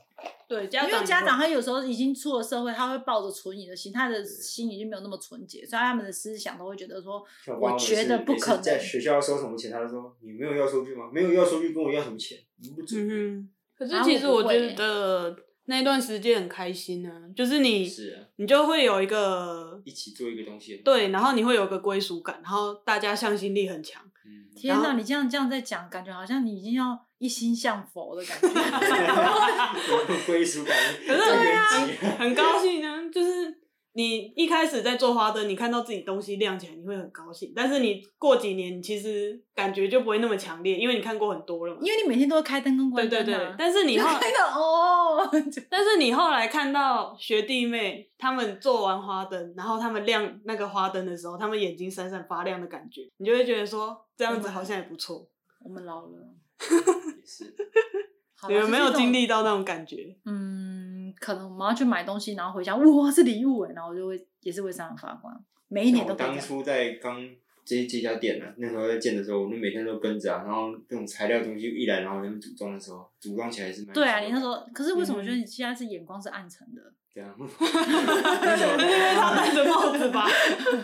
[SPEAKER 3] 对，家长
[SPEAKER 4] 因为
[SPEAKER 3] 也
[SPEAKER 4] 家
[SPEAKER 3] 会
[SPEAKER 4] 长他有时候已经出了社会，他会抱着存疑的心，他的心已经没有那么纯洁，所以他们的思想都会觉得说，
[SPEAKER 1] 像
[SPEAKER 4] 我
[SPEAKER 1] 妈妈
[SPEAKER 4] 觉得
[SPEAKER 1] 每次
[SPEAKER 4] 不
[SPEAKER 1] 每次
[SPEAKER 4] 可能
[SPEAKER 1] 在学校要收什么钱，他就说你没有要收据吗？没有要收据，跟我要什么钱？你不准。
[SPEAKER 3] 嗯哼，可是
[SPEAKER 4] 啊
[SPEAKER 3] 其
[SPEAKER 4] 我
[SPEAKER 3] 实
[SPEAKER 4] 不
[SPEAKER 3] 我
[SPEAKER 4] 会
[SPEAKER 3] 觉
[SPEAKER 4] 欸
[SPEAKER 3] 得那段时间很开心啊，就是你
[SPEAKER 1] 是啊，
[SPEAKER 3] 你就会有一个
[SPEAKER 1] 一起做一个东西。，
[SPEAKER 3] 对，然后你会有个归属感，然后大家向心力很强。
[SPEAKER 1] 嗯，
[SPEAKER 4] 天
[SPEAKER 3] 然
[SPEAKER 4] 哪，
[SPEAKER 3] 后
[SPEAKER 4] 你这样这样在讲，感觉好像你已经要一心向佛的感觉。
[SPEAKER 1] 有归属感，
[SPEAKER 3] 可是
[SPEAKER 1] 对啊，
[SPEAKER 3] 很高兴呢，就是你一开始在做花灯，你看到自己东西亮起来，你会很高兴。但是你过几年，你其实感觉就不会那么强烈，因为你看过很多了嘛。
[SPEAKER 4] 因为你每天都会开灯跟
[SPEAKER 3] 对
[SPEAKER 4] 关灯、
[SPEAKER 3] 对
[SPEAKER 4] 啊、
[SPEAKER 3] 对，但是你后
[SPEAKER 2] 那 个哦，
[SPEAKER 3] 但是你后来看到学弟妹他们做完花灯，然后他们亮那个花灯的时候，他们眼睛闪闪发亮的感觉，你就会觉得说这样子好像也不错。
[SPEAKER 4] 我们老了，
[SPEAKER 1] 也是。
[SPEAKER 4] 好
[SPEAKER 3] 你
[SPEAKER 4] 啦
[SPEAKER 3] 们没有经？
[SPEAKER 4] 就是这种
[SPEAKER 3] 历到那种感觉？
[SPEAKER 4] 嗯，可能我们要去买东西，然后回家，哇，是礼物哎，然后我就会也是会闪闪发光，每一年
[SPEAKER 1] 我
[SPEAKER 4] 都会这
[SPEAKER 1] 哦当
[SPEAKER 4] 样。
[SPEAKER 1] 初在刚这这家店呢、啊，那时候在建的时候，我们每天都跟着啊，然后这种材料东西一来，然后我们组装的时候，组装起来是蛮
[SPEAKER 4] 对啊，
[SPEAKER 1] 有
[SPEAKER 4] 你那时
[SPEAKER 1] 趣的
[SPEAKER 4] 候，可是为什么
[SPEAKER 3] 嗯
[SPEAKER 4] 我觉得你现在是眼光是暗沉的？
[SPEAKER 1] 这样，
[SPEAKER 3] 因为 他戴着帽子吧，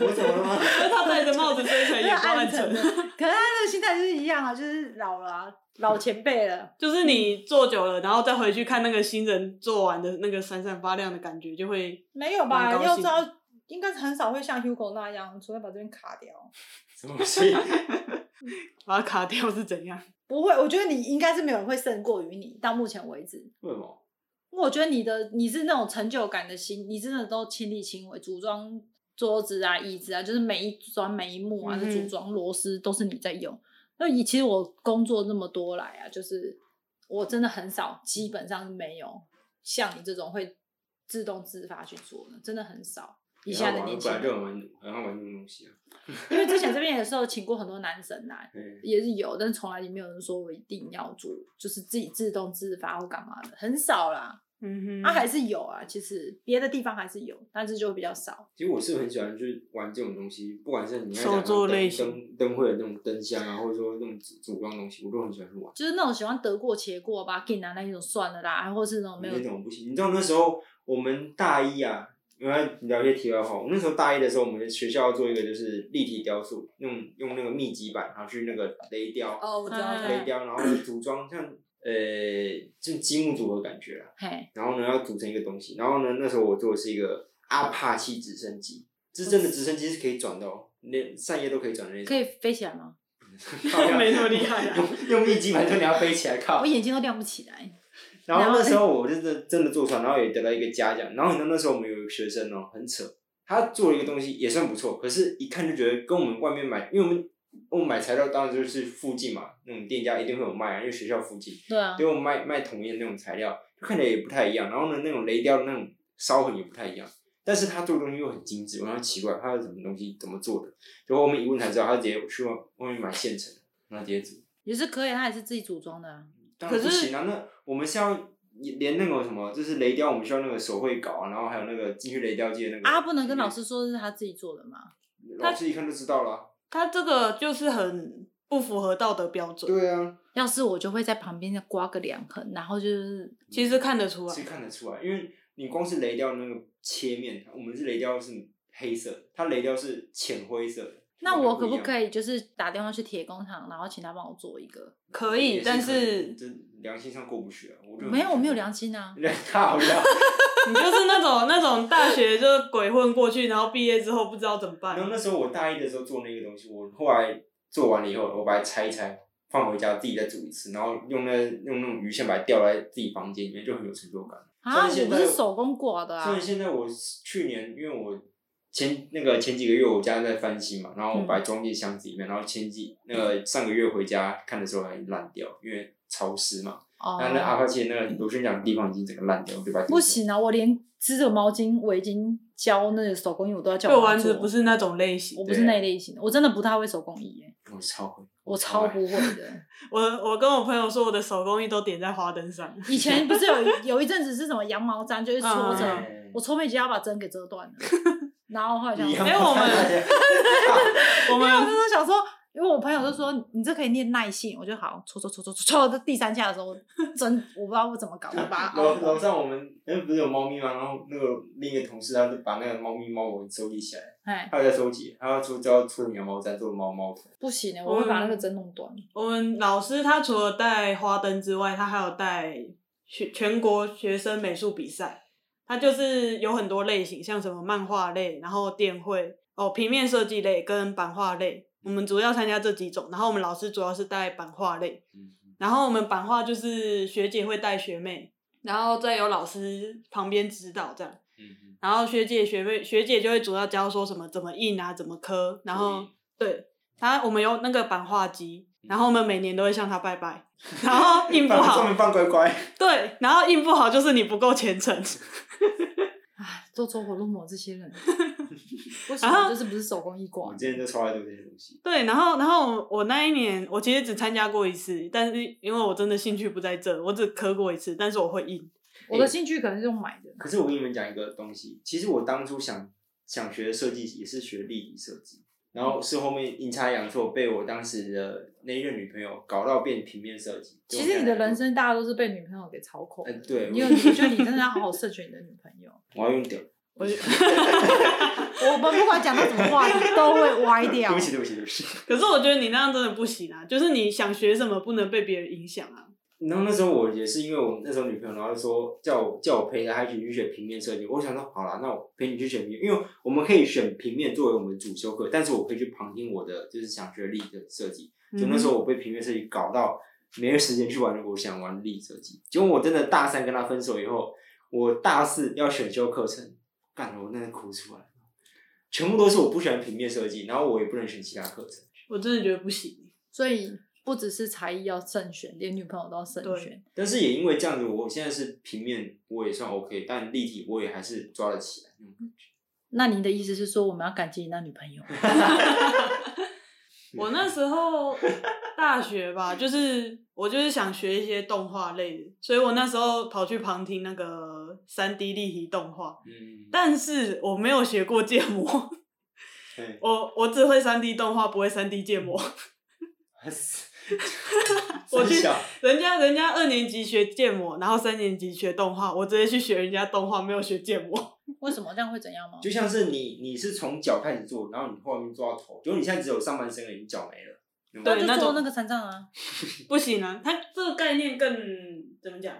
[SPEAKER 1] 我怎么了吗？
[SPEAKER 3] 因为他戴着帽子，所以 才眼光
[SPEAKER 4] 暗
[SPEAKER 3] 很
[SPEAKER 4] 沉的。
[SPEAKER 3] 沉。
[SPEAKER 4] 可是他那个心态就是一样啊，就是老了啊、老前辈了。
[SPEAKER 3] 就是你做久了，然后再回去看那个新人做完的那个闪闪发亮的感觉，就会
[SPEAKER 4] 没有
[SPEAKER 3] 蛮
[SPEAKER 4] 吧？
[SPEAKER 3] 高兴
[SPEAKER 4] 要知道，应该很少会像 Hugo 那样，除非把这边卡掉。
[SPEAKER 1] 什么东西？
[SPEAKER 3] 把它卡掉是怎样？
[SPEAKER 4] 不会，我觉得你应该是没有人会胜过于你，到目前为止。
[SPEAKER 1] 为什么？
[SPEAKER 4] 因为我觉得你的你是那种成就感的心，你真的都亲力亲为，组装桌子啊、椅子啊，就是每一砖每一木啊，
[SPEAKER 3] 嗯
[SPEAKER 4] 就
[SPEAKER 3] 哼
[SPEAKER 4] 组装螺丝都是你在用。那以其实我工作那么多来啊，就是我真的很少，基本上没有像你这种会自动自发去做的，真的很少。以下的年轻
[SPEAKER 1] 本来就
[SPEAKER 4] 人，
[SPEAKER 1] 很玩，很爱玩这种东西啊。
[SPEAKER 4] 因为之前这边也是有请过很多男神来，
[SPEAKER 1] 对，
[SPEAKER 4] 也是有，但是从来也没有人说我一定要做，就是自己自动自发或干嘛的，很少啦。
[SPEAKER 3] 嗯
[SPEAKER 4] 它、还是有啊，其实别的地方还是有，但是就比较少。
[SPEAKER 1] 其实我是很喜欢去玩这种东西，不管是你刚才
[SPEAKER 3] 手
[SPEAKER 1] 讲
[SPEAKER 3] 作
[SPEAKER 1] 的
[SPEAKER 3] 类
[SPEAKER 1] 灯
[SPEAKER 3] 型
[SPEAKER 1] 灯灯会的那种灯箱啊，或者说那种组组装东西，我都很喜欢去玩。
[SPEAKER 4] 就是那种喜欢得过且过吧，给拿那一种算了啦，或是
[SPEAKER 3] 哦
[SPEAKER 4] 那种没有
[SPEAKER 1] 那种不行。你知道那时候我们大一啊，因为聊一些题外话，我们那时候大一的时候，我们学校要做一个就是立体雕塑，用用那个密集板，然后去那个雷雕，
[SPEAKER 6] 哦，我知道，
[SPEAKER 4] 哎
[SPEAKER 1] 雷雕，然后组装像呃，就积木组合感觉啊。
[SPEAKER 4] 嘿，
[SPEAKER 1] 然后呢，要组成一个东西。然后呢，那时候我做的是一个阿帕奇直升机，这真的直升机是可以转的哦，连扇叶都可以转的那
[SPEAKER 4] 可
[SPEAKER 1] 种。
[SPEAKER 4] 以飞起来吗？
[SPEAKER 1] 靠呀
[SPEAKER 3] 没那么厉害啊。
[SPEAKER 1] 用用密集板说你要飞起来，靠
[SPEAKER 4] 我！眼睛都亮不起来。
[SPEAKER 1] 然后那时候我真的真的做出来，然后也得到一个嘉奖。然后你知道那时候我们有一个学生哦，很扯，他做了一个东西也算不错，可是一看就觉得跟我们外面买，因为我们我们买材料当然就是附近嘛，那种店家一定会有卖啊，因为学校附近
[SPEAKER 4] 对啊，
[SPEAKER 1] 给我们卖卖统一的那种材料，就看起来也不太一样。然后呢，那种雷雕的那种烧痕也不太一样。但是他做的东西又很精致，我很奇怪他是什么东西怎么做的。结果我们一问才知道，他直接去外外面买现成的，然后直接做。
[SPEAKER 4] 也是可以，它也是自己组装的、啊。
[SPEAKER 1] 当然
[SPEAKER 3] 可
[SPEAKER 1] 不
[SPEAKER 3] 是
[SPEAKER 1] 行啊！那我们是要连那个什么，就是雷雕，我们需要那个手绘稿啊，然后还有那个进去雷雕界那个。
[SPEAKER 4] 啊，不能跟老，师说是他自己做的嘛？
[SPEAKER 1] 老师一看就知道了啊。
[SPEAKER 3] 他这个就是很不符合道德标准，
[SPEAKER 1] 对啊，
[SPEAKER 4] 要是我就会在旁边刮个两横，然后就是
[SPEAKER 3] 其实看得
[SPEAKER 4] 啊
[SPEAKER 3] 出来
[SPEAKER 1] 是。看得出来，因为你光是雷雕那个切面，我们是雷雕是黑色的，它雷雕是浅灰色的。
[SPEAKER 4] 那我可不
[SPEAKER 1] 以？
[SPEAKER 4] 可以就是打电话去铁工厂，然后请他帮我做一个？
[SPEAKER 3] 可以，
[SPEAKER 1] 也可
[SPEAKER 3] 但
[SPEAKER 1] 以
[SPEAKER 3] 是
[SPEAKER 1] 这良心上过不去啊！我就
[SPEAKER 4] 没有，我没有良心啊。
[SPEAKER 1] 心， 靠呀！
[SPEAKER 3] 你就是那种那种大学就鬼混过去，然后毕业之后不知道怎么办
[SPEAKER 1] 然。后那时候我大一的时候做那个东西，我后来做完了以后，我把它拆一拆，放回家自己再煮一次，然后用那用那种鱼线把它吊在自己房间里面，就很有成就感。
[SPEAKER 4] 啊，
[SPEAKER 1] 所以
[SPEAKER 4] 我
[SPEAKER 1] 现在
[SPEAKER 4] 不是手工挂的
[SPEAKER 1] 所
[SPEAKER 4] 啊
[SPEAKER 1] 以。现在我去年因为我前那个前几个月我家在翻新嘛，然后我
[SPEAKER 4] 嗯
[SPEAKER 1] 把它装进箱子里面，然后前几那个上个月回家看的时候还烂掉，因为潮湿嘛，
[SPEAKER 4] 哦
[SPEAKER 1] 然后那阿帕奇那个螺旋桨的地方已经整个烂掉，我就把它丢掉
[SPEAKER 4] 不行啊！我连织这个毛巾、围巾、教那个手工艺，我都要叫
[SPEAKER 3] 对
[SPEAKER 4] 我妈
[SPEAKER 3] 丸
[SPEAKER 4] 做
[SPEAKER 3] 子不，是那种类型
[SPEAKER 4] 我，不是
[SPEAKER 1] 对
[SPEAKER 4] 那一类型的，我真的不太会手工艺耶，
[SPEAKER 1] 我超会，
[SPEAKER 4] 我超
[SPEAKER 1] 爱
[SPEAKER 4] 不会的。
[SPEAKER 3] 我我跟我朋友说，我的手工艺都点在花灯上。
[SPEAKER 4] 以前不是有有一阵子是什么羊毛毡，就是
[SPEAKER 3] 嗯
[SPEAKER 4] 搓
[SPEAKER 3] 对
[SPEAKER 4] 着，
[SPEAKER 1] 哎
[SPEAKER 4] 我搓背脊要把针给折断了，然后后来想
[SPEAKER 1] 你
[SPEAKER 4] 说，
[SPEAKER 1] 要
[SPEAKER 3] 哎我们
[SPEAKER 1] 看大 家
[SPEAKER 3] 我
[SPEAKER 4] 没有，
[SPEAKER 3] 们
[SPEAKER 4] 就是想说，因为我朋友就说你这可以念耐性，我就好搓搓搓搓搓搓到第三下的时候，针我不知道我怎么搞，我把它
[SPEAKER 1] 楼
[SPEAKER 4] 凹
[SPEAKER 1] 楼
[SPEAKER 4] 了。
[SPEAKER 1] 上我们哎、不是有猫咪吗？然后那个另一个同事他就把那个猫咪猫毛收集起来，
[SPEAKER 4] 哎，
[SPEAKER 1] 他有在收集，他要出叫出羊毛毡做猫猫头。
[SPEAKER 4] 不行的，我会把那个针弄断。
[SPEAKER 3] 我们老师他除了带花灯之外，他还有带学全国学生美术比赛。他就是有很多类型，像什么漫画类，然后电绘哦，平面设计类跟版画类。我们主要参加这几种，然后我们老师主要是带版画类。
[SPEAKER 4] 嗯
[SPEAKER 3] 然后我们版画就是学姐会带学妹，然后再有老师旁边指导这样。
[SPEAKER 1] 嗯
[SPEAKER 3] 然后学姐学妹学姐就会主要教说什么怎么印啊，怎么刻，然后对她我们有那个版画机，然后我们每年都会向她拜拜，然后印
[SPEAKER 1] 嗯，
[SPEAKER 3] 不
[SPEAKER 1] 放上面
[SPEAKER 3] 好，
[SPEAKER 1] 放乖乖，
[SPEAKER 3] 对，然后印不好就是你不够虔诚，
[SPEAKER 4] 唉，做走火入魔这些人，为什
[SPEAKER 3] 然后
[SPEAKER 4] 么就是不是手工艺
[SPEAKER 1] 我
[SPEAKER 4] 挂？
[SPEAKER 1] 之前就超爱做这些东西。
[SPEAKER 3] 对，然后然后我我那一年我其实只参加过一次，但是因为我真的兴趣不在这，我只刻过一次，但是我会印，
[SPEAKER 4] 我的兴趣可能是用买的。
[SPEAKER 1] 可是我跟你们讲一个东西，其实我当初想想学设计也是学立体设计，然后是后面阴差阳错被我当时的那一任女朋友搞到变平面设计。
[SPEAKER 4] 其实你的哎人，生大家都是被女朋友给操控的，
[SPEAKER 1] 嗯，对，
[SPEAKER 4] 你有，你觉得你真的要好好摄取你的女朋友。
[SPEAKER 1] 我要用屌。
[SPEAKER 4] 我就 我们不管讲到什么话题都会歪掉
[SPEAKER 1] 对不。起，对不起，对不起。
[SPEAKER 3] 可是我觉得你那样真的不行啊，就是你想学什么不能被别人影响啊。
[SPEAKER 1] 然后那时候我也是因为我那时候女朋友，然后就说叫我叫我陪她一起去学平面设计。我想说好啦，那我陪你去选平面，因为我们可以选平面作为我们主修课，但是我可以去旁听我的就是想学力的设计。
[SPEAKER 3] 嗯
[SPEAKER 1] 就那时候我被平面设计搞到没有时间去玩我想玩力设计。结果我真的大三跟她分手以后，我大四要选修课程，干了我那个哭出来，全部都是我不喜欢平面设计，然后我也不能选其他课程。
[SPEAKER 3] 我真的觉得不行。
[SPEAKER 4] 所以不只是才艺要慎选，连女朋友都要慎选。
[SPEAKER 1] 但是也因为这样子，我现在是平面，我也算 OK，但立体我也还是抓得起来。嗯
[SPEAKER 4] 那你的意思是说，我们要感激你那女朋友？
[SPEAKER 1] 嗯
[SPEAKER 3] 我那时候大学吧，就是我就是想学一些动画类的，所以我那时候跑去旁听那个三 D 立体动画，
[SPEAKER 1] 嗯，
[SPEAKER 3] 但是我没有学过建模，
[SPEAKER 1] 对，
[SPEAKER 3] 我我只会三 D 动画，不会三 D 建模。我去
[SPEAKER 1] 三小
[SPEAKER 3] 人家人家二年级学建模，然后三年级学动画，我直接去学人家动画，没有学建模。
[SPEAKER 4] 为什么这样会怎样吗？
[SPEAKER 1] 就像是你，你是从脚开始做，然后你后面做到头，结果你现在只有上半身而已，你脚没了。
[SPEAKER 4] 那
[SPEAKER 3] 对
[SPEAKER 4] 就
[SPEAKER 3] 那
[SPEAKER 4] 做
[SPEAKER 3] 种
[SPEAKER 4] 那个残障啊，
[SPEAKER 3] 不行啊，它这个概念更怎么讲？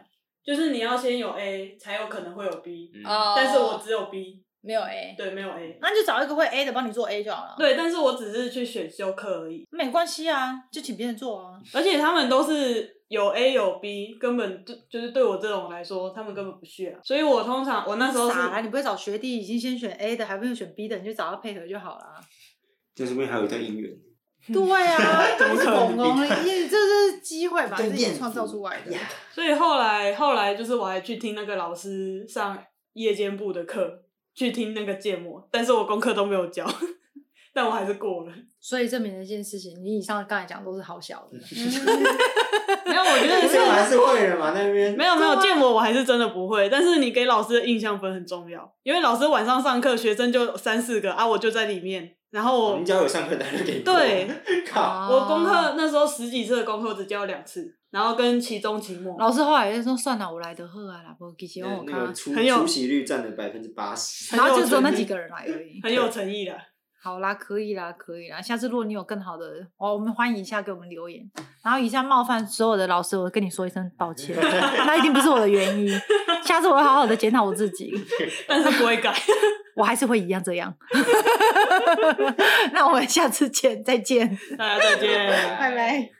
[SPEAKER 3] 就是你要先有 A，才有可能会有 B，、
[SPEAKER 1] 嗯
[SPEAKER 3] 但是我只有
[SPEAKER 4] 哦
[SPEAKER 3] B，
[SPEAKER 4] 没有 A，
[SPEAKER 3] 对，没有 A。
[SPEAKER 4] 那你就找一个会 A 的帮你做 A 就好了。，
[SPEAKER 3] 对，但是我只是去选修课而已，
[SPEAKER 4] 没关系啊，就请别人做啊。
[SPEAKER 3] 而且他们都是有 A 有 B，根本就就是对我这种来说，他们根本不屑啊。所以我通常我那时候是
[SPEAKER 4] 傻啦，你不会找学弟已经先选 A 的，还不用选 B 的，你就找他配合就好了。啊
[SPEAKER 1] 就是因为还有一段姻缘，
[SPEAKER 4] 对 啊，
[SPEAKER 3] 怎么
[SPEAKER 4] 是
[SPEAKER 3] 可能
[SPEAKER 4] 拱拱，也这是机会吧，
[SPEAKER 1] 对
[SPEAKER 4] 自己创造出来的。
[SPEAKER 3] 所以后来后来就是我还去听那个老师上夜间部的课，去听那个建模，但是我功课都没有交， 但我还是过了。
[SPEAKER 4] 所以证明了一件事情，你以上刚才讲都是好小 的，
[SPEAKER 3] 嗯 没有，我觉得
[SPEAKER 1] 这
[SPEAKER 3] 是
[SPEAKER 1] 个还是会了嘛？那边
[SPEAKER 3] 没有没有建模，我还是真的不会。但是你给老师的印象分很重要，因为老师晚上上课，学生就三四个啊，我就在里面，然后
[SPEAKER 1] 我
[SPEAKER 3] 我
[SPEAKER 1] 们家有上课单就给你做
[SPEAKER 3] 对， 哦
[SPEAKER 1] 靠，
[SPEAKER 4] 啊
[SPEAKER 3] 我功课那时候十几次的功课我只交两次，然后跟期中期末。
[SPEAKER 4] 老师后来就说算了，我来得喝啊，啦，不，其实
[SPEAKER 1] 那
[SPEAKER 4] 我
[SPEAKER 1] 那个
[SPEAKER 4] 看，啊
[SPEAKER 1] 出
[SPEAKER 3] 很有
[SPEAKER 1] 出席率占了百分之八十，
[SPEAKER 3] 很
[SPEAKER 4] 然后
[SPEAKER 3] 有
[SPEAKER 4] 就只有那
[SPEAKER 3] 诚
[SPEAKER 4] 几
[SPEAKER 3] 意
[SPEAKER 4] 个人来而已。
[SPEAKER 3] 很有诚意的。
[SPEAKER 4] 好啦，可以啦，可以啦。下次如果你有更好的，哦，我们欢迎一下给我们留言。然后以下冒犯所有的老师，我跟你说一声抱 歉，那一定不是我的原因。下次我会好好的检讨我自己，
[SPEAKER 3] 但是不会改。
[SPEAKER 4] 我还是会一样这样。 那我们下次见，再见，
[SPEAKER 3] 大家再见。
[SPEAKER 4] 拜拜。